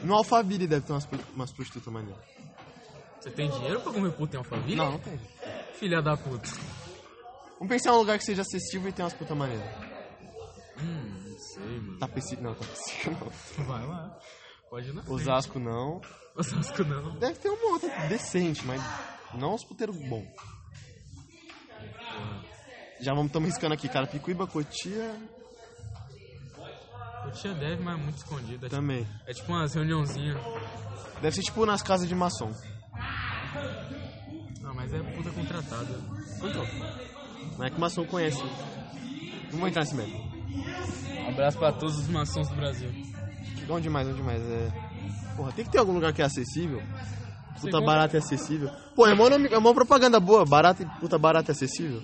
S1: No Alphaville deve ter umas, pu- umas prostitutas maneiras.
S2: Você tem dinheiro pra comer puta em alfaville?
S1: Não, não tem.
S2: Filha da puta.
S1: Vamos pensar em um lugar que seja acessível e tenha umas putas maneiras.
S2: Hum, não sei, mano.
S1: Tapecica, não, Tapecica não.
S2: Vai lá. Pode não.
S1: Osasco não.
S2: Osasco não.
S1: Deve ter uma outra decente, mas não os puteiros bons. Já vamos, estamos riscando aqui, cara. Picuíba, Cotia
S2: O tia deve, mas é muito escondido. É tipo,
S1: também.
S2: é tipo umas reuniãozinhas.
S1: Deve ser tipo nas casas de maçom.
S2: Não, mas é puta contratada.
S1: Então, não é que maçom conhece. Não vou entrar nesse merda.
S2: Um abraço pra todos os maçons do Brasil.
S1: Onde mais, onde mais? É... Porra, tem que ter algum lugar que é acessível. Puta
S2: Segundo-
S1: barata é acessível. Pô, é uma, é mó propaganda boa. Barata e puta barata é acessível.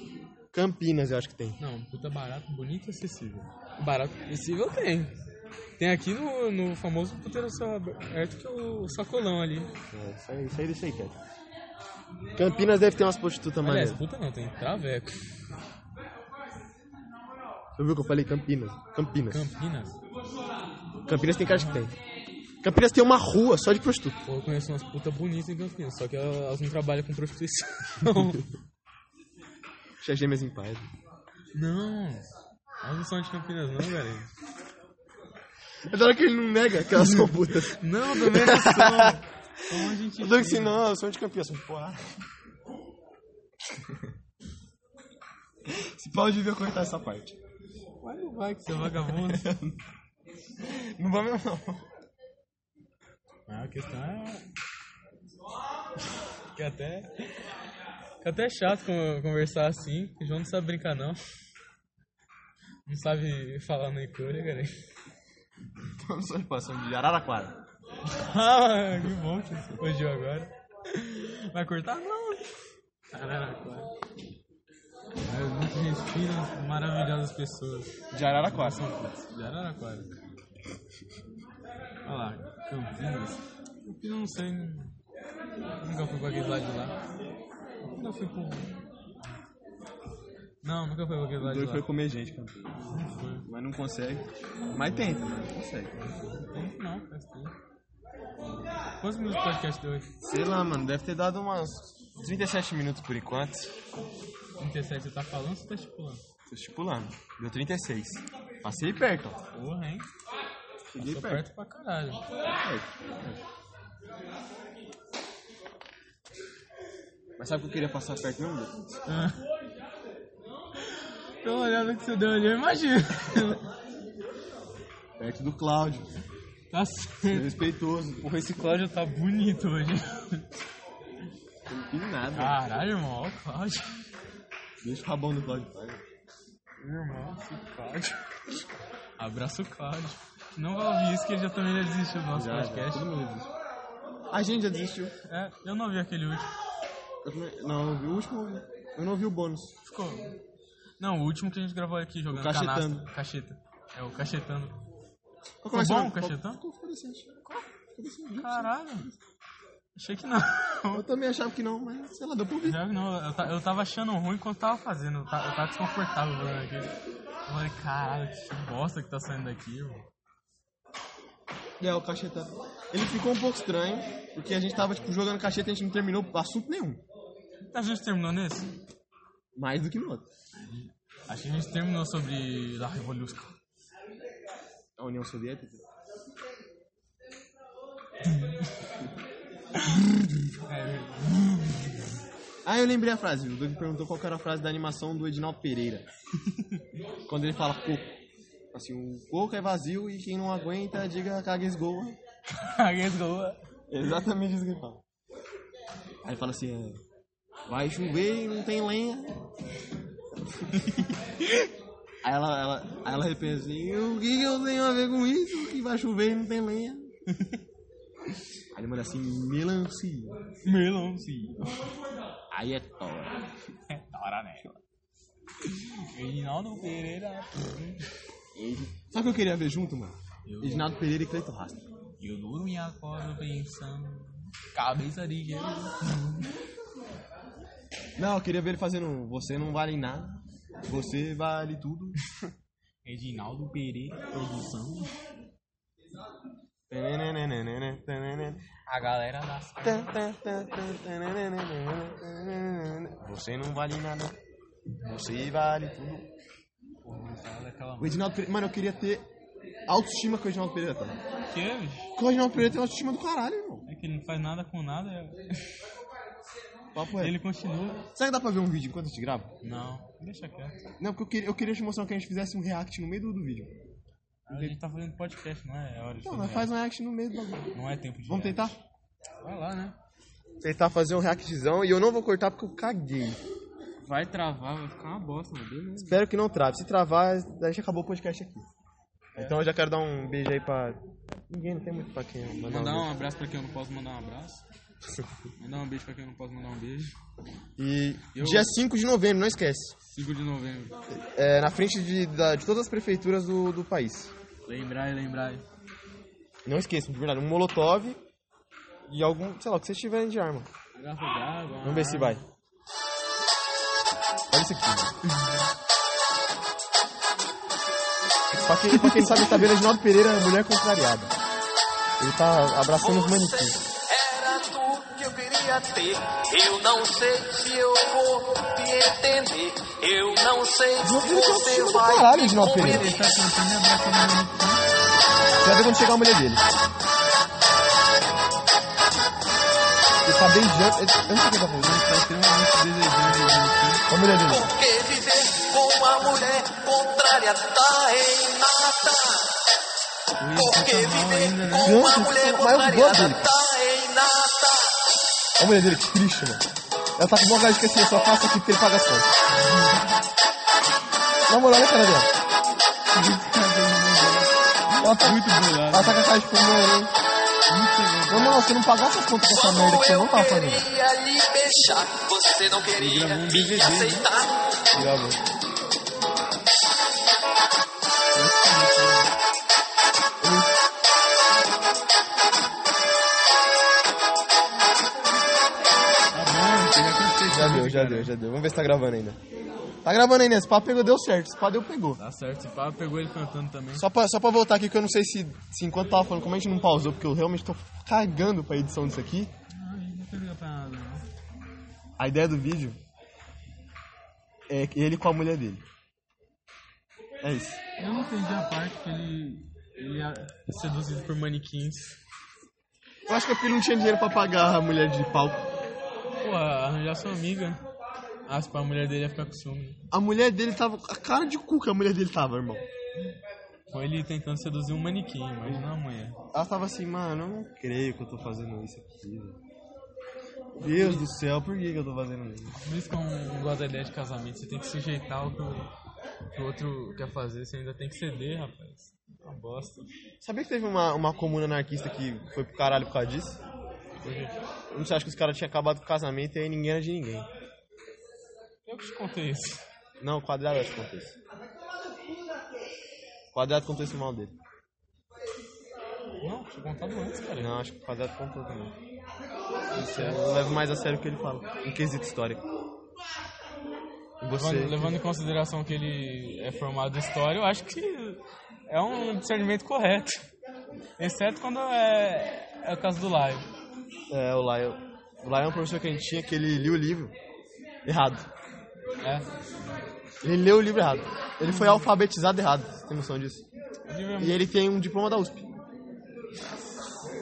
S4: Campinas, eu acho que tem.
S2: Não, puta barato, bonito e acessível. Barato e acessível tem. Tem aqui no, no famoso puteiro céu aberto que é o sacolão ali.
S4: É, isso aí, isso aí deixa aí, cara. Campinas deve ter umas prostitutas
S2: Aliás,
S4: maneiras.
S2: puta não, tem traveco.
S4: Você viu que eu falei Campinas? Campinas.
S2: Campinas.
S4: Campinas tem cara de que tem. Campinas tem uma rua só de prostituta.
S2: Pô, eu conheço umas putas bonitas em Campinas, só que elas elas não trabalham com prostituição.
S4: Deixa as gêmeas em paz.
S2: não. Elas não são de Campinas não, velho.
S4: É da hora que ele não nega aquelas são putas.
S2: Não, também não são. Como a gente
S4: Eu digo
S2: diz?
S4: assim, não, eu sou de Campinas. Eu sou de Porra.
S1: Esse pau devia cortar essa parte.
S2: Vai não vai, que você é vagabundo.
S1: Não vai mesmo, não.
S2: Ah, a questão é. Que até. Que até é chato con- conversar assim. O João não sabe brincar, não. Não sabe falar na Icúria, cara.
S1: Então, eu sou de passando de Araraquara.
S2: Ah, que bom que você fugiu agora. Vai cortar? Não. Caralho, claro. É, muito respira, maravilhosas pessoas.
S1: De Araraquara.
S2: São putas, de Araraquara. Olha lá, Campinas. Campinas não sei. né? Nunca fui pra aquele lado de lá. Nunca fui pro. Não, nunca fui pra aquele
S1: O
S2: lado de
S1: doido
S2: lá.
S1: foi comer gente, Campinas.
S2: Não fui.
S1: Mas não consegue. Mas tenta, mas não consegue.
S2: Tempo não, faz tempo. Quantos minutos o podcast de hoje?
S1: Sei lá, mano, deve ter dado umas 37 minutos por enquanto.
S2: 37, você tá falando ou você tá estipulando?
S1: Tô estipulando. Deu 36. Passei perto, ó.
S2: Porra, hein?
S1: Cheguei
S2: Passou perto pra caralho.
S1: É. Mas sabe o que eu queria passar perto mesmo? Deus?
S2: Ah. Pela olhada que você deu ali, eu imagino.
S1: Perto do Cláudio. é
S2: Tá certo.
S1: Respeitoso.
S2: Porra, esse Cláudio tá bonito hoje.
S1: Não tem nada.
S2: Caralho, irmão, olha o Cláudio.
S1: Deixa o rabão do Cláudio. pai.
S2: Irmão, esse Cláudio. Abraço o Cláudio. Não vai ouvir isso que ele já também já desistiu do nosso
S1: Já, já,
S2: podcast.
S1: todo mundo desistiu. A gente já desistiu.
S2: É, eu não vi aquele último.
S1: Eu também- não, eu vi o último. Eu não vi o bônus.
S2: Ficou. Não, o último que a gente gravou aqui jogando
S1: Cachetando.
S2: canasta. Cacheta. É, o cachetando.
S1: Qual
S2: Ficou
S1: que vai ser
S2: bom o
S1: qual-
S2: cachetão?
S1: qual foi esse? Qual? Ficou decente.
S2: Caralho. Achei que não.
S1: Eu também achava que não, mas sei lá, deu pra ouvir.
S2: Já que não, eu, ta- eu tava achando ruim enquanto tava fazendo. Eu ta- eu tava, desconfortável vendo aqui. Eu falei, caralho, que bosta que tá saindo daqui, mano.
S1: É, o cachetão. Ele ficou um pouco estranho, porque a gente tava, tipo, jogando cacheta e a gente não terminou assunto nenhum.
S2: A gente terminou nesse?
S1: Mais do que no outro.
S2: Acho que a gente terminou sobre La Revolução.
S1: A União Soviética.
S2: É,
S1: Ah, eu lembrei a frase. O Doug perguntou qual que era a frase da animação do Edinaldo Pereira. Quando ele fala coco. Assim, o coco é vazio e quem não aguenta, diga caga e esgoa. É exatamente isso que ele fala. Aí ele fala assim, é, vai chover e não tem lenha. aí ela, ela, aí ela repensa assim, o que que eu tenho a ver com isso? Que vai chover e não tem lenha. aí ele manda assim, melancia.
S2: Melão, sim.
S1: Aí é top.
S2: É da hora, né? Reinaldo Pereira.
S1: Sabe o que eu queria ver junto, mano?
S2: Eu-
S1: Edinaldo Pereira e Cleiton Rasta.
S2: Eu durmo e acordo pensando. Cabeça de gelo.
S1: Não, eu queria ver ele fazendo Você não vale nada, você vale tudo.
S2: Reginaldo Pereira, produção. A galera da sala.
S1: Você não vale nada, você vale tudo.
S2: Daquela...
S1: O Edinaldo Pereira, mano, eu queria ter autoestima com o Edinaldo Pereira, tá?
S2: Que, bicho?
S1: Porque o Edinaldo Pereira tem uma autoestima do caralho, irmão.
S2: É que ele não faz nada com nada. é-
S1: Papo é.
S2: Ele continua.
S1: Será que dá pra ver um vídeo enquanto a gente grava?
S2: Não, deixa quieto.
S1: Não, porque eu queria, eu queria te mostrar que a gente fizesse um react no meio do, do vídeo.
S2: A gente tá fazendo podcast, não é hora de
S1: Não,
S2: fazer
S1: nós faz um react no meio do bagulho.
S2: nada. Não é tempo de.
S1: Vamos tentar?
S2: Vai lá, né?
S4: Tentar fazer um reactzão e eu não vou cortar porque eu caguei.
S2: Vai travar, vai ficar uma bosta, meu Deus. né?
S4: Espero
S1: É.
S4: que não trave. Se travar, a gente acabou o podcast aqui. Então eu já quero dar um beijo aí pra
S1: Ninguém não tem muito pra quem mandar
S2: Mandar
S1: um
S2: um abraço pra quem eu não posso mandar um abraço. Mandar um beijo pra quem eu não posso mandar um beijo.
S1: E
S2: Eu-
S1: dia 5 de novembro, não esquece.
S2: 5 de novembro.
S1: É, na frente de, da- de todas as prefeituras do, do país.
S2: Lembrai, lembrai.
S1: Não esqueçam, de verdade, um molotov e algum, sei lá, o que vocês tiverem de arma.
S2: Garrafa d'água.
S1: Vamos ver se vai. Olha isso aqui. pra, quem, pra quem não sabe, tá vendo Edinaldo Pereira, mulher contrariada. Ele tá abraçando os manequins.
S5: Você Era tu que eu queria ter. Eu não sei se eu vou te entender. Eu não sei se
S1: Não, ele tá
S5: você
S1: assistindo do
S5: vai
S1: caralho,
S5: me
S1: Edinaldo Pereira.
S5: compreender.
S2: Tá né?
S1: Você vai ver quando chegar a mulher dele. Ele tá beijando. ele- Eu não sei o que ele tá fazendo. Ele tá extremamente desejando. Olha a mulher dele.
S5: Porque viver com uma mulher contrária tá em nada.
S2: né? tá
S5: Porque viver com uma
S1: Gente,
S5: mulher
S1: mas eu gosto
S5: contrariada
S1: dele.
S5: tá em nada.
S1: Olha a mulher dele, que triste, mano. Ela tá com boa cara de esquecer, só faça aqui porque ele paga as contas. Na moral, olha a cara dela. Ela tá,
S2: Muito bolado.
S1: ela tá com a cara de fome, hein? Ô, não, você não pagou essa conta com essa merda que você não
S5: eu
S1: tava fazendo.
S5: queria lhe beijar, você não queria
S2: gravou um
S5: me
S2: DVD,
S1: né?
S5: aceitar.
S1: Gravou.
S2: Tá bom, chega aqui no
S1: Já deu, já deu, já deu. Vamos ver se tá gravando ainda. Tá gravando ainda, esse papo pegou, deu certo. Esse papo deu, pegou.
S2: Tá certo, esse pá pegou ele cantando também.
S1: Só pra, só pra voltar aqui, que eu não sei se, se enquanto tava falando, como a gente não pausou, porque eu realmente tô cagando pra edição disso aqui.
S2: Não liga pra nada, não.
S1: A ideia do vídeo é ele com a mulher dele. É isso.
S2: Eu não entendi a parte que ele. Ele é seduzido por manequins.
S1: Eu acho que é porque ele não tinha dinheiro pra pagar a mulher de palco.
S2: Pô, arranjar sua amiga. Ah, se pá, a mulher dele ia ficar com ciúme.
S1: A mulher dele tava. A cara de cu que a mulher dele tava, irmão.
S2: Foi ele tentando seduzir um manequim, imagina a mulher.
S1: Ela tava assim, mano, eu não creio que eu tô fazendo isso aqui. velho. Deus do céu, por que, que eu tô fazendo isso?
S2: Por isso que eu não gosto da ideia de casamento. Você tem que sujeitar o que o, que o outro quer fazer. Você ainda tem que ceder, rapaz. Tá Uma bosta.
S1: Sabia que teve uma, uma comuna anarquista que foi pro caralho por causa disso? Eu não sei, acho que os caras tinham acabado com o casamento e aí ninguém era de ninguém.
S2: Eu que te contei isso.
S1: Não, o quadrado acho que contou isso. O quadrado contou esse mal dele.
S2: Não, tinha contado antes, cara.
S1: Não, acho que o quadrado contou também. Isso é, eu levo mais a sério o que ele fala. Em quesito histórico. E Você.
S2: Levando, levando em consideração que ele é formado em história, eu acho que é um discernimento correto. Exceto quando é, é o caso do Laio.
S1: É, o Lion. O Lion é um professor que a gente tinha que ele lia o livro errado.
S2: É.
S1: Ele leu o livro errado. Ele foi alfabetizado errado, você tem noção disso.
S2: O livro é
S1: E ele tem um diploma da USP.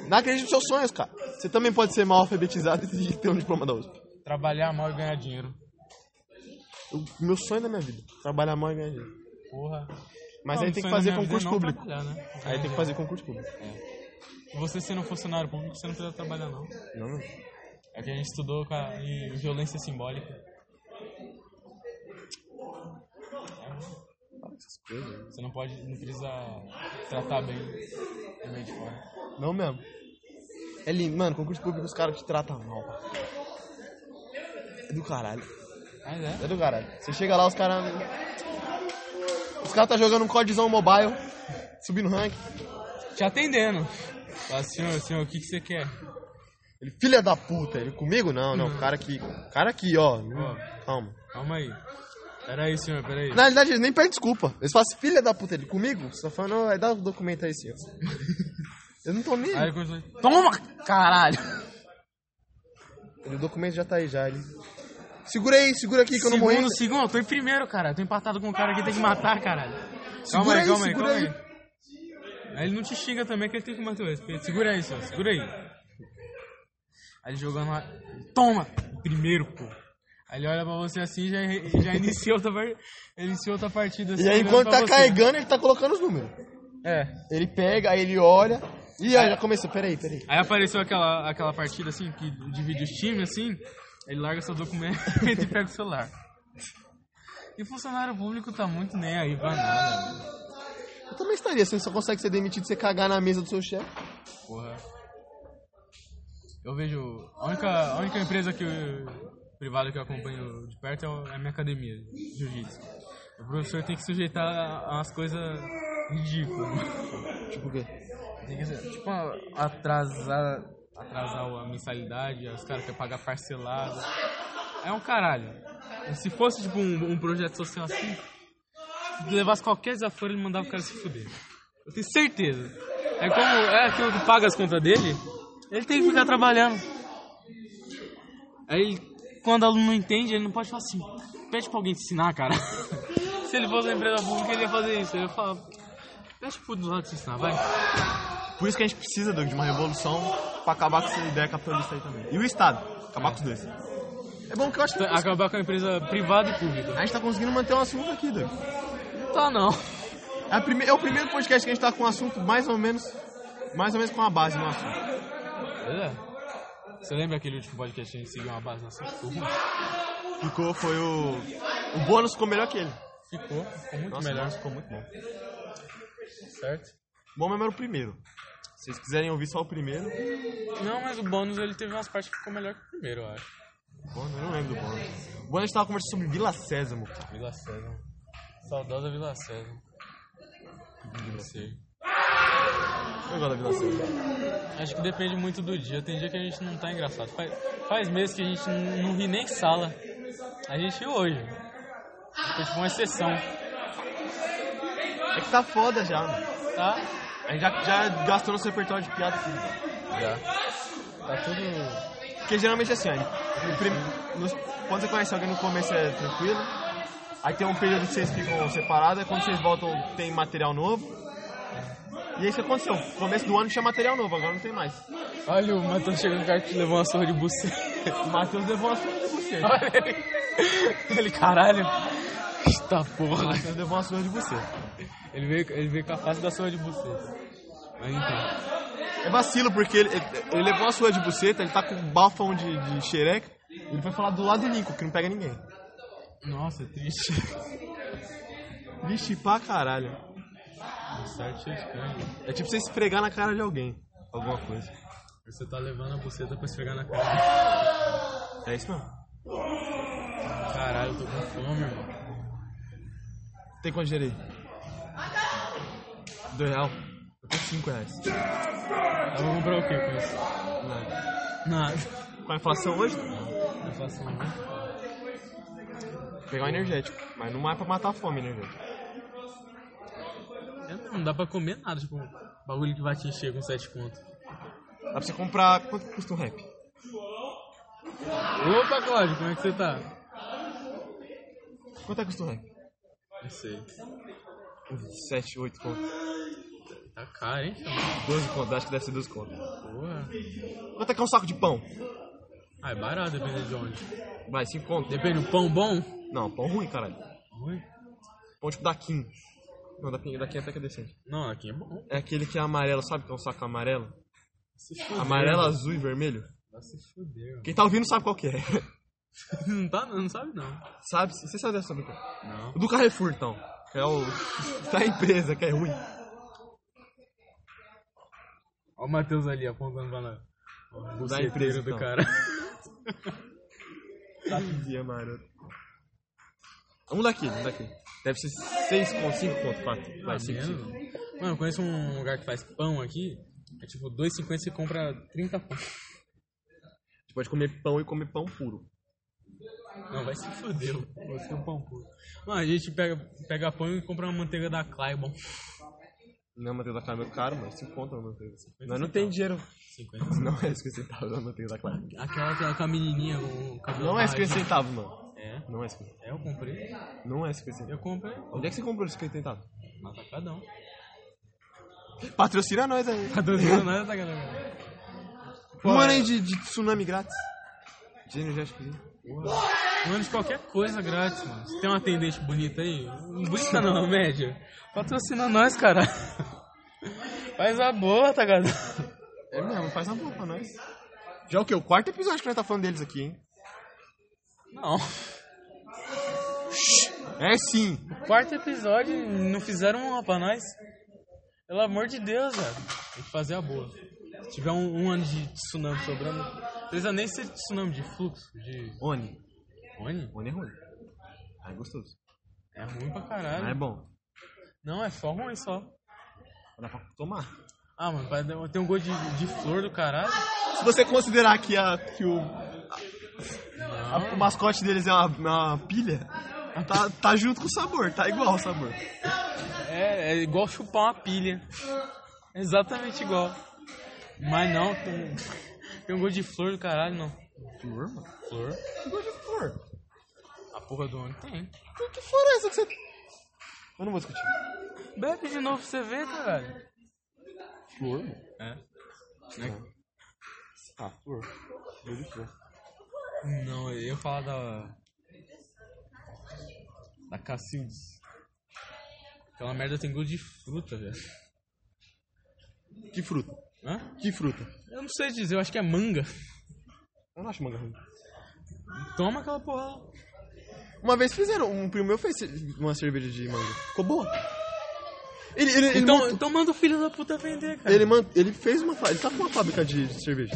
S1: Não acredite nos seus sonhos, cara. Você também pode ser mal alfabetizado e ter um diploma da USP.
S2: trabalhar mal e ganhar dinheiro.
S1: O meu sonho da minha vida, trabalhar mal e ganhar dinheiro.
S2: Porra.
S1: Mas
S2: Não,
S1: aí tem que
S2: sonho da
S1: fazer
S2: minha vida é
S1: concurso
S2: não
S1: público.
S2: trabalhar, né?
S1: Aí tem que
S2: Ganhar
S1: fazer concurso público.
S2: dinheiro. Você sendo um funcionário público, você não precisa trabalhar, não.
S1: Não, não.
S2: É que a gente estudou com a em violência simbólica.
S1: Fala essas coisas.
S2: Você não pode, não precisa tratar bem o meio de fora.
S1: Não mesmo. É lindo, mano, concurso público os caras te tratam mal. É do caralho.
S2: Mas é.
S1: É do caralho. Você chega lá, os caras. Os caras tá jogando um codizão mobile, subindo rank.
S2: Te atendendo. Fala, senhor, senhor, o que, que você quer?
S1: Ele, filha da puta, ele comigo? Não,
S2: Uhum.
S1: não, o cara aqui. o Cara aqui, ó.
S2: Ó.
S1: Calma.
S2: Calma aí. Pera aí, senhor, pera aí.
S1: Na realidade, eles nem pedem desculpa. Eles falam, assim, filha da puta, ele comigo? Você tá falando, "Não, vai dar o documento aí, senhor. Eu não tô nem.
S2: Aí ele começou, toma, caralho.
S1: Ele, O documento já tá aí já. Ele... Segura aí, segura aqui que eu não morri. ainda."
S2: Segundo, segundo, eu tô em primeiro, cara. Eu tô empatado com um cara que tem que matar, caralho. Calma
S1: Segura
S2: aí,
S1: aí,
S2: calma aí,
S1: segura
S2: calma aí. Aí ele não te xinga também, que ele tem que manter o respeito. Segura aí, senhor, segura aí. Aí ele jogando lá. Toma! Primeiro, pô. Aí ele olha pra você assim já, já inicia outra, par- ele inicia outra partida. Assim,
S1: E aí,
S2: olhando
S1: enquanto
S2: pra
S1: tá
S2: você.
S1: carregando, ele tá colocando os números.
S2: É.
S1: Ele pega, aí ele olha. Ih,
S3: É.
S1: aí já começou. Peraí, peraí.
S2: Aí apareceu aquela, aquela partida assim, que divide os times assim, ele larga seu documento e pega o né? celular. E funcionário público tá muito nem aí pra nada. mano.
S1: Eu também estaria, você só consegue ser demitido se você cagar na mesa do seu chefe.
S2: Porra. Eu vejo. A única, a única empresa que eu, privada que eu acompanho de perto é o- é a minha academia, de jiu-jitsu. O professor tem que sujeitar a umas coisas ridículas.
S1: Tipo o quê?
S2: Tem que ser, tipo, a- atrasar, atrasar a mensalidade, os caras querem pagar parcelado. É um caralho. Se fosse, tipo, um, um projeto social assim, se levasse qualquer desaforo, ele mandava o cara se fuder. Eu tenho certeza. É como é aquilo que paga as contas dele, ele tem que ficar trabalhando. Aí, ele- quando o aluno não entende, ele não pode falar assim, pede pra alguém te ensinar, cara. se ele fosse uma empresa pública, ele ia fazer isso. Ele ia falar, pede pro do lado te ensinar, vai.
S3: Por isso que a gente precisa, Doug, de uma revolução pra acabar com essa ideia capitalista aí também. E o Estado, acabar com os dois.
S1: É bom que eu acho que
S2: Tá, Acabar com a empresa privada e pública.
S1: a gente tá conseguindo manter um assunto aqui, Doug.
S2: Tá não.
S1: É, a prime- é o primeiro podcast que a gente tá com um assunto mais ou menos. Mais ou menos com a base no assunto.
S2: É. Você lembra aquele último podcast que a gente seguiu uma base na sua turma?
S1: Ficou, foi o. O bônus ficou melhor que ele.
S2: Ficou, ficou muito
S1: Nossa,
S2: melhor.
S1: o bônus ficou muito bom.
S2: Certo?
S1: Bom mesmo era o primeiro. Se vocês quiserem ouvir só o primeiro,
S2: Não, mas o bônus ele teve umas partes que ficou melhor que o primeiro, eu acho.
S1: bônus, eu não lembro do bônus. O bônus a gente tava conversando sobre Vila Sésamo.
S2: Vila Sésamo. Saudosa Vila Sésamo. Não sei.
S1: Eu gosto da Vila Sésamo.
S2: Acho que depende muito do dia. Tem dia que a gente não tá engraçado. Faz, faz meses que a gente não, não ri nem em sala. A gente riu hoje. Foi tipo uma exceção,
S1: É que tá foda já, mano.
S2: tá?
S1: A gente já, já gastou nosso repertório de piada tudo.
S2: Já. Tá tudo
S1: Porque geralmente é assim, ó, no prim- nos- quando você conhece alguém no começo é tranquilo, aí tem um período que vocês ficam separados, aí quando vocês voltam tem material novo. E é isso que aconteceu, no começo do ano tinha material novo, agora não tem mais.
S2: Olha, o Matheus chegou no cara que levou uma surra de buceta.
S1: O Matheus levou uma surra de buceta.
S2: Olha ele. Ele, caralho. Eita
S1: O
S2: porra.
S1: Matheus levou uma surra de buceta.
S2: Ele veio, ele veio com a face da surra de buceta. Mas então.
S1: É vacilo, porque ele, ele- ele levou uma surra de buceta, ele tá com um bafão de, de xereca, ele foi falar do lado do Lincoln, que não pega ninguém.
S2: Nossa, é triste.
S1: Vixe, pra caralho.
S2: Certo, cheio de cãibra.
S1: É tipo você esfregar na cara de alguém, alguma coisa.
S2: Você tá levando a buceta pra esfregar na cara.
S1: É isso mesmo.
S2: Caralho, eu tô com fome, irmão.
S1: Tem quanto dinheiro aí? Dois real? Eu tenho cinco reais.
S2: Eu vou comprar o quê com isso?
S1: Nada.
S2: Nada.
S1: Com a inflação hoje,
S2: Eu faço um...
S1: vou pegar um energético. Mas não é pra matar a fome, energético.
S2: É, Não dá pra comer nada, tipo, bagulho que vai te encher com 7 conto.
S1: Dá pra você comprar. Quanto que custa um rap?
S2: Opa, Cláudio, como é que você tá?
S1: Quanto é que custa um rap?
S2: Não sei.
S1: Uns Sete, oito conto.
S2: Tá caro, hein, chão?
S1: Doze conto, acho que deve ser 12 conto.
S2: Porra.
S1: Quanto é que é um saco de pão?
S2: Ah, é barato, depende de onde.
S1: Vai, cinco conto.
S2: Depende do pão bom.
S1: Não, pão ruim, caralho.
S2: Ui.
S1: Pão tipo da Kim. Não, da Kim, da Kim até que é decente.
S2: Não, aqui é bom.
S1: É aquele que é amarelo, sabe que é um saco amarelo?
S2: Se fuder,
S1: Amarelo, azul e vermelho.
S2: Vai se fuder.
S1: Quem tá ouvindo sabe qual que é.
S2: mano. Não tá, não sabe não.
S1: sabe? Você sabe dessa sobre o que é.
S2: Não.
S1: O do Carrefour, então. Que é o da empresa, que é ruim.
S2: Ó o Matheus ali apontando pra lá. O
S1: da empresa,
S2: do
S1: então.
S2: cara.
S1: Tá pedia, maroto. Um daqui, um daqui. Deve ser 6 conto, 5 conto, 4. Vai,
S2: Ah,
S1: 5,
S2: menos,
S1: 5.
S2: mano. Mano, eu conheço um lugar que faz pão aqui. É tipo 2,50 você compra 30 pão.
S1: Você pode comer pão e comer pão puro.
S2: Não, vai se fuder. mano. Você tem um pão puro. Mano, a gente pega, pega pão e compra uma manteiga da Claibon.
S1: Não, manteiga da Clara é muito caro, mas 5 conto é uma manteiga. Nós não tem dinheiro.
S2: 50.
S1: Não é 50 centavos a manteiga da Clara.
S2: Aquela que é com a menininha, o cabelo
S1: Não é 50
S2: esquecer.
S1: centavos, mano.
S2: É,
S1: Não é 50.
S2: é, eu comprei.
S1: Não é 50 centavos.
S2: Eu comprei. tá
S1: Onde é que você comprou esse 50 centavos?
S2: No Atacadão.
S1: Patrocina nós aí.
S2: Tá Patrocina nós, Atacadão.
S1: Um ano aí de, de tsunami grátis. De energéticozinho.
S2: Mano, de qualquer coisa grátis, mano. Se tem uma atendente bonita aí, bonita não, média. Patrocina nós, cara. Faz a boa, tá ligado?
S1: É mesmo, faz uma boa pra nós. Já é o quê? O quarto episódio que nós tá falando deles aqui, hein?
S2: Não.
S1: É sim. É,
S2: Quarto episódio, não fizeram uma pra nós. Pelo amor de Deus, velho. Tem que fazer a boa. Se tiver um, um ano de tsunami sobrando. Não precisa nem ser tsunami, de fluxo, de.
S1: Oni.
S2: Oni?
S1: Oni é ruim. Ah, é gostoso.
S2: É ruim pra
S1: Ah, é
S2: caralho.
S1: bom.
S2: Não, é só ruim só.
S1: Dá pra tomar.
S2: Ah, mano, vai dar- tem um gosto de, de flor do caralho.
S1: Se você considerar que, a, que o, a-
S2: Não.
S1: o mascote deles é uma, uma pilha, tá, tá junto com o sabor, tá igual o sabor.
S2: É, é igual chupar uma pilha. Exatamente igual. Mas não, tem, tem um gosto de flor do caralho, não.
S1: Flor, mano?
S2: Flor?
S1: Que gosto de flor?
S2: A porra do ano tem.
S1: Que, que flor é essa que você... Eu não vou discutir.
S2: Bebe de novo pra você tá, ver, caralho.
S1: Flor, mano? É.
S2: É.
S1: Ah, flor. Gosto de flor.
S2: Não, eu ia falar da. Da Cacildes. Aquela merda tem gosto de fruta, velho.
S1: Que fruta?
S2: Hã?
S1: Que fruta?
S2: Eu não sei dizer, eu acho que é manga.
S1: Eu não acho manga ruim.
S2: Toma aquela porra lá.
S1: Uma vez fizeram, um primo meu fez uma cerveja de manga. Ficou boa. Ele, ele, ele
S2: Então,
S1: montou-
S2: então manda o filho da puta vender, cara.
S1: ele, man- ele fez uma fábrica, ele tá com uma fábrica de, de cerveja.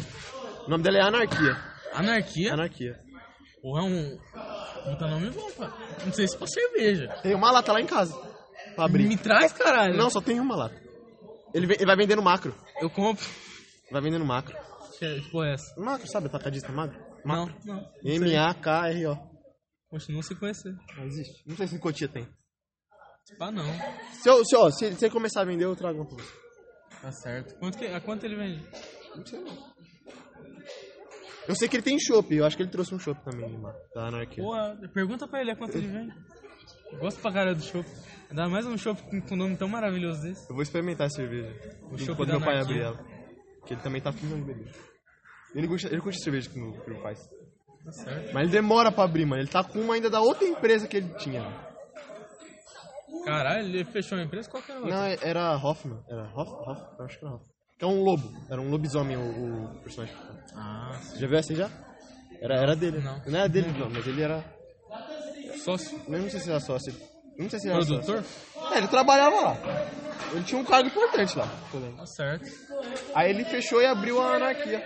S1: O nome dela é Anarquia.
S2: Anarquia?
S1: Anarquia.
S2: Porra, é um. Puta nome bom, cara. Não sei se pra cerveja.
S1: Tem uma lata lá em casa. Pra abrir.
S2: Me traz, caralho.
S1: Não, só tem uma lata. Ele, ve- ele vai vender no macro.
S2: Eu compro.
S1: Vai vender no macro.
S2: Que porra é essa?
S1: Macro, sabe? Atacadista magro?
S2: Não, não.
S1: M-A-K-R-O.
S2: Continua sem conhecer.
S1: Não existe. Não sei se em Cotia tem.
S2: Ah, não.
S1: Se eu, se, eu, se, se ele começar a vender, eu trago uma pra você.
S2: Tá certo. Quanto que, a quanto ele vende?
S1: Não sei não. Eu sei que ele tem chopp. Eu acho que ele trouxe um chopp também de macro, da Anarquia.
S2: Porra, pergunta pra ele a quanto ele vende. Eu Gosto pra caralho do chopp. Ainda mais um chopp com com um nome tão maravilhoso desse.
S1: Eu vou experimentar a cerveja.
S2: O chopp
S1: enquanto
S2: da
S1: meu pai abrir
S2: Anarquia.
S1: ela. Porque ele também tá fingindo beber. Ele curte, ele curte a cerveja que meu filho faz.
S2: Tá certo.
S1: Mas ele demora pra abrir, mano. Ele tá com uma ainda da outra empresa que ele tinha.
S2: Caralho, ele fechou a empresa? Qual que era a outra?
S1: Não, é, era Hoffman. Era Hoff, Hoff, eu acho que era Hoffman. Que é um lobo. Era um lobisomem o, o personagem.
S2: Ah,
S1: Você já viu essa aí já? Era, era dele.
S2: Não.
S1: Não era dele, não, mas ele era.
S2: sócio.
S1: Eu não sei se era sócio. Eu Não sei se
S2: um
S1: ele era sócio.
S2: Produtor?
S1: É, ele trabalhava lá. Ele tinha um cargo importante lá.
S2: Tá certo.
S1: Aí ele fechou e abriu a anarquia.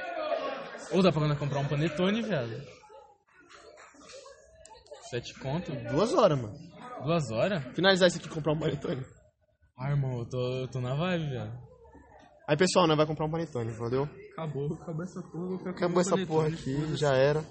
S2: Ou dá pra comprar um panetone, viado. Sete conto?
S1: Duas horas, mano.
S2: Duas horas?
S1: Finalizar isso aqui e comprar um panetone.
S2: Ah, irmão, eu tô, eu tô na vibe, velho.
S1: Aí, pessoal, nós vai comprar um panetone, valeu?
S2: Acabou, acabou essa porra.
S1: Acabou essa porra aqui, já era.